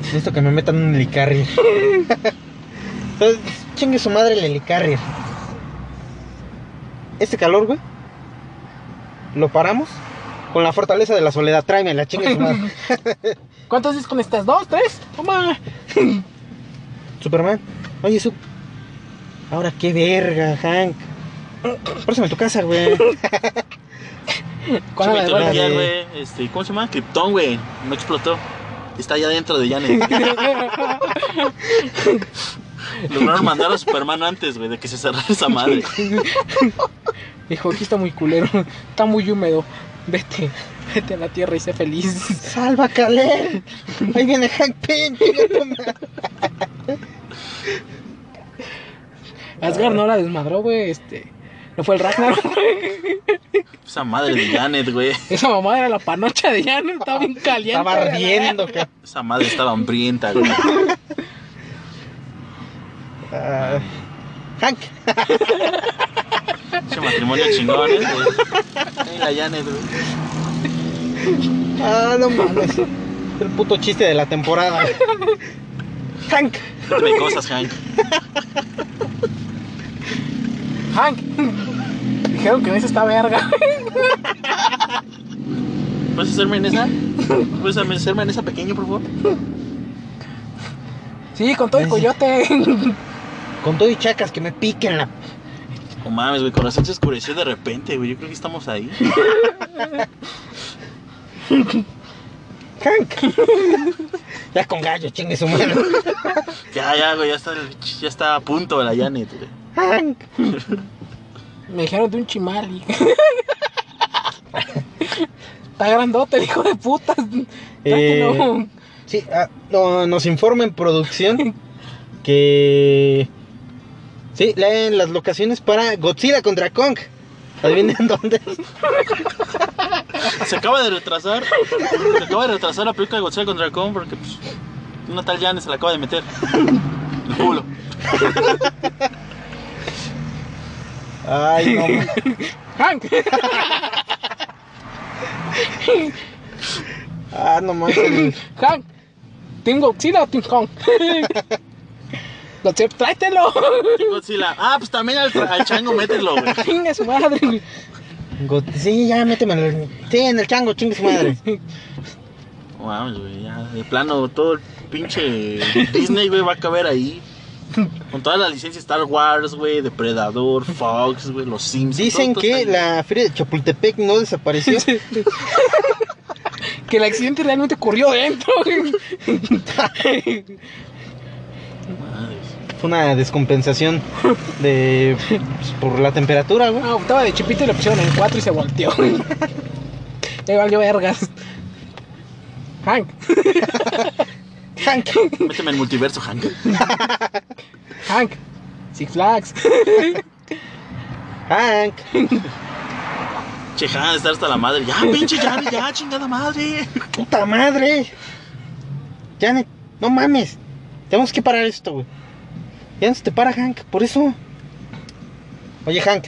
[SPEAKER 2] Necesito que me metan un helicarrier. Entonces, chingue su madre el helicarrier. Este calor, güey, lo paramos con la fortaleza de la soledad. Tráemela, chingue su madre.
[SPEAKER 1] ¿Cuántos discos necesitas? ¿Dos? ¿Tres? Toma.
[SPEAKER 2] Superman, oye, Sup. Ahora qué verga, Hank. Pásame tu casa, güey.
[SPEAKER 1] ¿Cuál era la de
[SPEAKER 3] Pinche mitología,
[SPEAKER 2] de-
[SPEAKER 3] güey. Este, ¿Cómo se llama? Krypton, güey. No explotó. Está allá dentro de Yane. Lograron mandar a Superman antes, güey, de que se cerrara esa madre.
[SPEAKER 1] Dijo, aquí está muy culero. Está muy húmedo. Vete. Vete a la tierra y sé feliz.
[SPEAKER 2] Salva, Caleb. Ahí viene Hank Pym. chinga tu madre.
[SPEAKER 1] Asgard no la desmadró, güey. Este. No fue el Ragnarok, güey.
[SPEAKER 3] Esa madre de Janet, güey.
[SPEAKER 1] Esa mamá era la panocha de Jan. Estaba bien caliente.
[SPEAKER 2] Estaba
[SPEAKER 1] güey, la
[SPEAKER 2] ardiendo, cabrón.
[SPEAKER 3] Esa madre estaba hambrienta, güey.
[SPEAKER 2] Ah, Hank,
[SPEAKER 3] Ese matrimonio chingón, ¿eh? Ahí la Janet, güey.
[SPEAKER 2] ah, no mames. El puto chiste de la temporada. Hank,
[SPEAKER 3] Dame cosas, Hank.
[SPEAKER 1] Hank. Dijeron que no es esta verga.
[SPEAKER 3] ¿Puedes hacerme en esa? ¿Puedes hacerme en esa pequeño, por favor?
[SPEAKER 1] Sí, con todo el coyote.
[SPEAKER 2] con todo y chacas que me piquen la.
[SPEAKER 3] No mames, güey, corazón se oscureció de repente, güey. Yo creo que estamos ahí.
[SPEAKER 2] Hank. Ya con gallo, chingue su madre.
[SPEAKER 3] Ya, ya, güey, ya está, ya está a punto la Janet, güey.
[SPEAKER 2] Hank.
[SPEAKER 1] Me dijeron de un chimali. Está grandote, el hijo de puta. Tráquelo.
[SPEAKER 2] Eh, Sí, ah, no, nos informa en producción que. Sí, leen las locaciones para Godzilla contra Kong. Adivinen dónde.
[SPEAKER 3] Se acaba de retrasar. Se acaba de retrasar la película de Godzilla contra Kong porque, pues, una tal Janet se la acaba de meter. El culo. Ay, no. ma-
[SPEAKER 1] Hank.
[SPEAKER 3] Ah, no manches.
[SPEAKER 1] Hank. Team Godzilla o Team Kong. Godzilla, tráetelo.
[SPEAKER 3] Godzilla. Ah, pues también al, al chango mételo, güey.
[SPEAKER 1] Chinga su madre. güey.
[SPEAKER 2] Go- Sí, ya méteme en el, sí, en el chango, chingue su madre.
[SPEAKER 3] No Mames, güey, ya. De plano, todo el pinche Disney, güey, va a caber ahí. Con todas las licencias Star Wars, güey, Depredador, Fox, güey, los Sims.
[SPEAKER 2] Dicen
[SPEAKER 3] todo- todo
[SPEAKER 2] que
[SPEAKER 3] está ahí.
[SPEAKER 2] la feria de Chapultepec no desapareció.
[SPEAKER 1] Que el accidente realmente ocurrió dentro. güey.
[SPEAKER 3] Madres.
[SPEAKER 2] Fue una descompensación de pues, por la temperatura, güey.
[SPEAKER 1] Ah, estaba de chipito y le pusieron en cuatro y se volteó. Ya valió vergas. Hank. Hank.
[SPEAKER 3] Méteme el multiverso, Hank.
[SPEAKER 1] Hank. Six Flags.
[SPEAKER 2] Hank.
[SPEAKER 3] Che, Hank, de estar hasta la madre. Ya, pinche Jared, ya, chingada madre.
[SPEAKER 2] ¡Puta madre! Janet, no mames. Tenemos que parar esto, güey. Ya no se te para, Hank, por eso. Oye, Hank.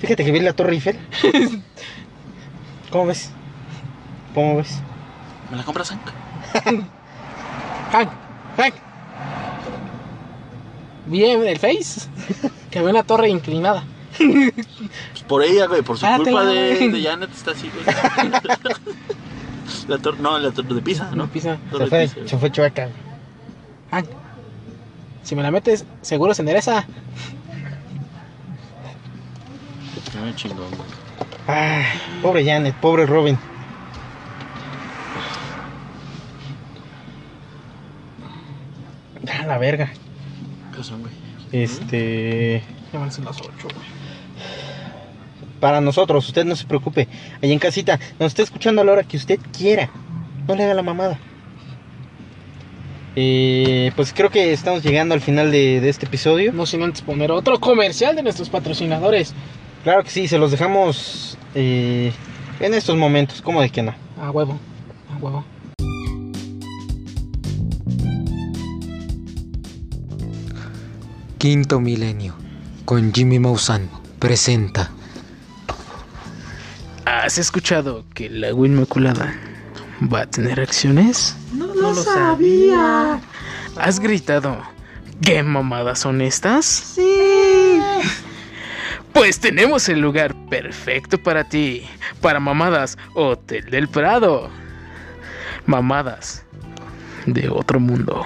[SPEAKER 2] Fíjate que vi la Torre Eiffel. ¿Cómo ves? ¿Cómo ves?
[SPEAKER 3] ¿Me la compras, Hank?
[SPEAKER 1] Hank. Hank. Vi en el Face que había una torre inclinada.
[SPEAKER 3] Pues por ella, güey, por su
[SPEAKER 1] Ah,
[SPEAKER 3] culpa
[SPEAKER 1] tengo,
[SPEAKER 3] de,
[SPEAKER 1] güey.
[SPEAKER 3] de Janet está así, güey. la torre, no, la torre de Pisa, ¿no?
[SPEAKER 1] No pisa.
[SPEAKER 2] Se
[SPEAKER 3] Torre de
[SPEAKER 2] fue,
[SPEAKER 3] Pisa, güey.
[SPEAKER 2] se fue chueca. güey.
[SPEAKER 1] Hank. Si me la metes, seguro se endereza.
[SPEAKER 3] Ay, chingón, güey.
[SPEAKER 2] Ah, pobre Janet, pobre Robin. Ah, la verga.
[SPEAKER 3] ¿Qué son, güey?
[SPEAKER 2] Este.
[SPEAKER 1] Ya van a ser las ocho, güey.
[SPEAKER 2] para nosotros, usted no se preocupe. Allá en casita, nos está escuchando a la hora que usted quiera. No le haga la mamada. Eh, pues creo que estamos llegando al final de, de este episodio.
[SPEAKER 1] No sin antes poner otro comercial de nuestros patrocinadores.
[SPEAKER 2] Claro que sí, se los dejamos eh, en estos momentos. ¿Cómo de que no?
[SPEAKER 1] A huevo. A huevo.
[SPEAKER 7] Quinto Milenio con Jimmy Maussan presenta
[SPEAKER 1] ¿Has escuchado que el agua inmaculada va a tener acciones? No, lo sabía. ¿Has gritado qué mamadas son estas? Sí. Pues tenemos el lugar perfecto para ti, para mamadas Hotel del Prado. Mamadas de otro mundo.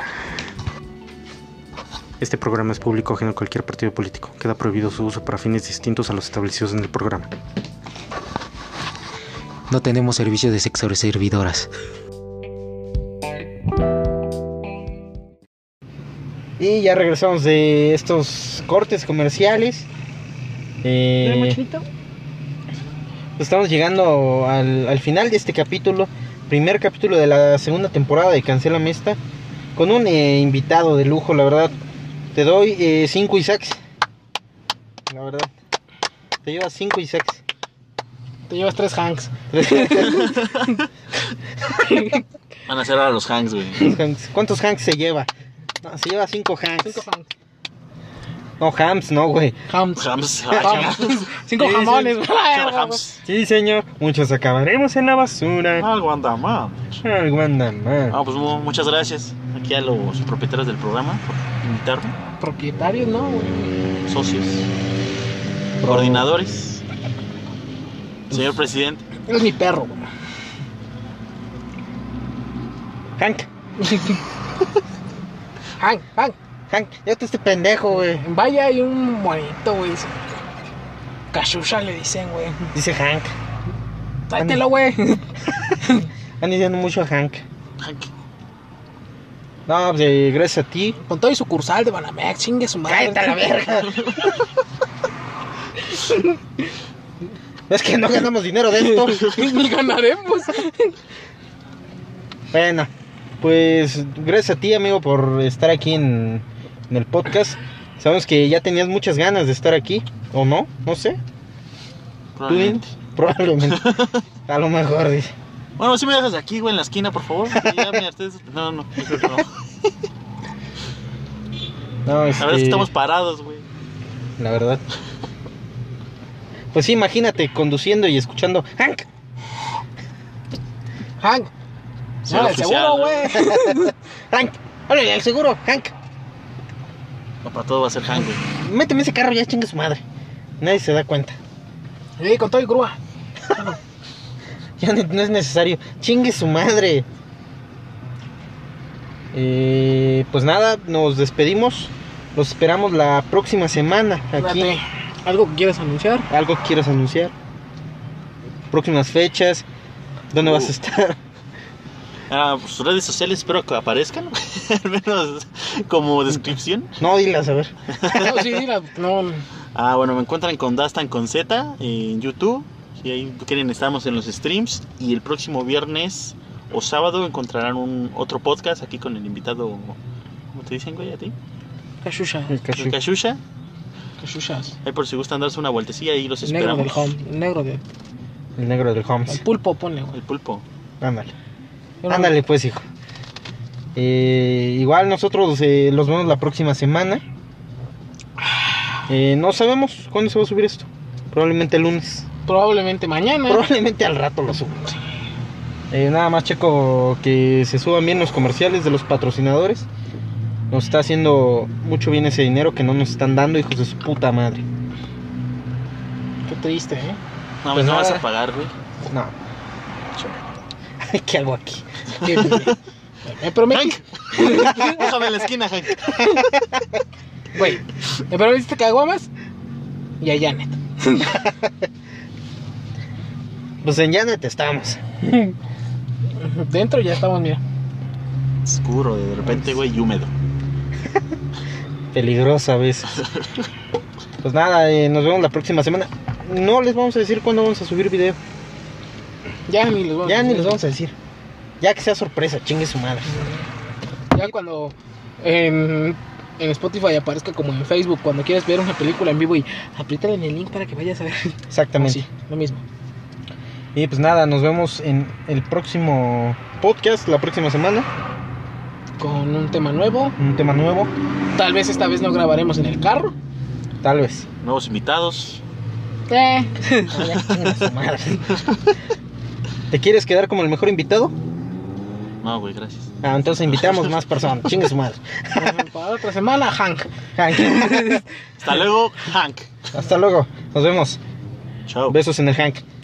[SPEAKER 8] Este programa es público ajeno a cualquier partido político. Queda prohibido su uso para fines distintos a los establecidos en el programa.
[SPEAKER 7] No tenemos servicio de sexo servidoras.
[SPEAKER 2] Y ya regresamos de estos cortes comerciales. Eh, pues estamos llegando al, al final de este capítulo, primer capítulo de la segunda temporada de Cancela Mesta, con un eh, invitado de lujo, la verdad. Te doy 5 Isaacs. La verdad. Te llevas 5 Isaacs.
[SPEAKER 1] Te llevas tres hanks.
[SPEAKER 3] Van a hacer ahora los Hanks, güey.
[SPEAKER 2] Hanks. ¿Cuántos Hanks se lleva? No, se lleva 5 Hanks.
[SPEAKER 1] Cinco hanks.
[SPEAKER 2] No, Hams, no, güey.
[SPEAKER 1] Hams.
[SPEAKER 3] Hams.
[SPEAKER 1] Hams. Cinco
[SPEAKER 2] Sí, sí.
[SPEAKER 1] jamones.
[SPEAKER 3] Hams.
[SPEAKER 2] Sí, señor. Muchos acabaremos en la basura.
[SPEAKER 3] Algo anda mal.
[SPEAKER 2] Algo anda mal.
[SPEAKER 3] Ah, pues mu- muchas gracias aquí a los propietarios del programa por invitarme,
[SPEAKER 1] Propietarios, ¿no? güey?
[SPEAKER 3] socios, coordinadores, señor presidente.
[SPEAKER 1] Es mi perro. güey.
[SPEAKER 2] Hank,
[SPEAKER 1] Hank, Hank.
[SPEAKER 2] Hank, ya te este pendejo, güey.
[SPEAKER 1] Vaya, hay un monito, güey. dice, Cachusha le dicen, güey.
[SPEAKER 2] Dice Hank.
[SPEAKER 1] Tráetelo, güey.
[SPEAKER 2] Han diciendo mucho a Hank.
[SPEAKER 3] Hank,
[SPEAKER 2] No, pues, eh, gracias a ti.
[SPEAKER 1] Con todo y sucursal de Banamex, chingue su madre.
[SPEAKER 2] Cállate a la verga. Es que no ganamos dinero de esto.
[SPEAKER 1] Ni ganaremos.
[SPEAKER 2] Bueno, pues gracias a ti, amigo, por estar aquí en, en el podcast. Sabemos que ya tenías muchas ganas de estar aquí, ¿o no? No sé.
[SPEAKER 3] probablemente.
[SPEAKER 2] Probablemente. A lo mejor, dice.
[SPEAKER 3] Bueno, si me dejas aquí, güey, en la esquina, por favor. Ya me harté de eso. No, no, yo creo que no.
[SPEAKER 2] No,
[SPEAKER 3] La verdad es que
[SPEAKER 2] este,
[SPEAKER 3] estamos parados, güey.
[SPEAKER 2] la verdad. Pues sí, imagínate conduciendo y escuchando Hank.
[SPEAKER 1] Hank.
[SPEAKER 3] Ser
[SPEAKER 1] No, el
[SPEAKER 3] oficial,
[SPEAKER 1] seguro,
[SPEAKER 3] ¿no?
[SPEAKER 1] güey.
[SPEAKER 2] Hank. Órale, al seguro, Hank.
[SPEAKER 3] Papá, todo va a ser Hank, güey.
[SPEAKER 2] Méteme ese carro ya chinga su madre. Nadie se da cuenta.
[SPEAKER 1] Sí, con todo y grúa.
[SPEAKER 2] Ya no, no es necesario. Chingue su madre. Eh, pues nada, nos despedimos. Los esperamos la próxima semana aquí.
[SPEAKER 1] Espérate. ¿Algo que quieras anunciar?
[SPEAKER 2] ¿Algo que quieras anunciar? Próximas fechas. ¿Dónde vas a estar?
[SPEAKER 3] Ah, pues redes sociales espero que aparezcan, al menos como descripción.
[SPEAKER 2] No, dilas, a ver.
[SPEAKER 1] No, sí, mira, no.
[SPEAKER 3] Ah, bueno, me encuentran con Dastan con Z en YouTube. Si ahí quieren, estamos en los streams. Y el próximo viernes o sábado encontrarán un otro podcast aquí con el invitado. ¿Cómo te dicen, güey? A ti.
[SPEAKER 1] Cachusha.
[SPEAKER 3] El Kashusha.
[SPEAKER 1] Cachuchas.
[SPEAKER 3] Ahí por si gustan darse una vueltecilla, ahí los
[SPEAKER 1] El negro del
[SPEAKER 3] esperamos.
[SPEAKER 1] home. El negro del.
[SPEAKER 2] El negro
[SPEAKER 1] El
[SPEAKER 2] del Homs.
[SPEAKER 1] pulpo, ponle, güey.
[SPEAKER 3] El pulpo.
[SPEAKER 2] Ándale.
[SPEAKER 1] Yo no-
[SPEAKER 2] Ándale, pues, hijo. Eh, igual nosotros eh, los vemos la próxima semana. Eh, no sabemos cuándo se va a subir esto. Probablemente el lunes.
[SPEAKER 1] Probablemente mañana.
[SPEAKER 2] Probablemente al rato lo subo. Eh, nada más checo que se suban bien los comerciales de los patrocinadores. Nos está haciendo mucho bien ese dinero que no nos están dando, hijos de su puta madre.
[SPEAKER 1] Qué triste, ¿eh?
[SPEAKER 3] No,
[SPEAKER 2] Pues
[SPEAKER 3] pues no vas
[SPEAKER 2] nada.
[SPEAKER 3] a pagar, güey.
[SPEAKER 2] No. ¿Qué hago aquí?
[SPEAKER 1] Qué triste. Eh, Me prometiste,
[SPEAKER 3] Déjame en la esquina, Hank.
[SPEAKER 1] güey, me prometiste caguamas y a Janet.
[SPEAKER 2] Pues en Janet estamos.
[SPEAKER 1] Dentro ya estamos, mira.
[SPEAKER 3] Oscuro, de repente, güey, y húmedo.
[SPEAKER 2] Peligrosa a veces. Pues nada, eh, nos vemos la próxima semana. No les vamos a decir cuándo vamos a subir video.
[SPEAKER 1] Ya ni los vamos
[SPEAKER 2] Ya
[SPEAKER 1] a
[SPEAKER 2] ni
[SPEAKER 1] decir.
[SPEAKER 2] les vamos a decir. Ya que sea sorpresa, chingue su madre.
[SPEAKER 1] Ya cuando en, en Spotify aparezca como en Facebook, cuando quieras ver una película en vivo y apriétale en el link para que vayas a ver.
[SPEAKER 2] Exactamente.
[SPEAKER 1] Ah, Sí, lo mismo.
[SPEAKER 2] Y pues nada, nos vemos en el próximo podcast, la próxima semana.
[SPEAKER 1] Con un tema nuevo.
[SPEAKER 2] Un tema nuevo,
[SPEAKER 1] Tal vez esta vez no grabaremos en el carro.
[SPEAKER 2] tal vez.
[SPEAKER 3] Nuevos invitados.
[SPEAKER 1] Eh,
[SPEAKER 2] ¿Te quieres quedar como el mejor invitado?
[SPEAKER 3] No, güey, gracias.
[SPEAKER 2] Ah, entonces invitamos más personas. Chingue su madre.
[SPEAKER 1] para otra semana, Hank.
[SPEAKER 2] Hank.
[SPEAKER 3] Hasta luego, Hank.
[SPEAKER 2] Hasta luego. Nos vemos.
[SPEAKER 3] Chao.
[SPEAKER 2] Besos en el Hank.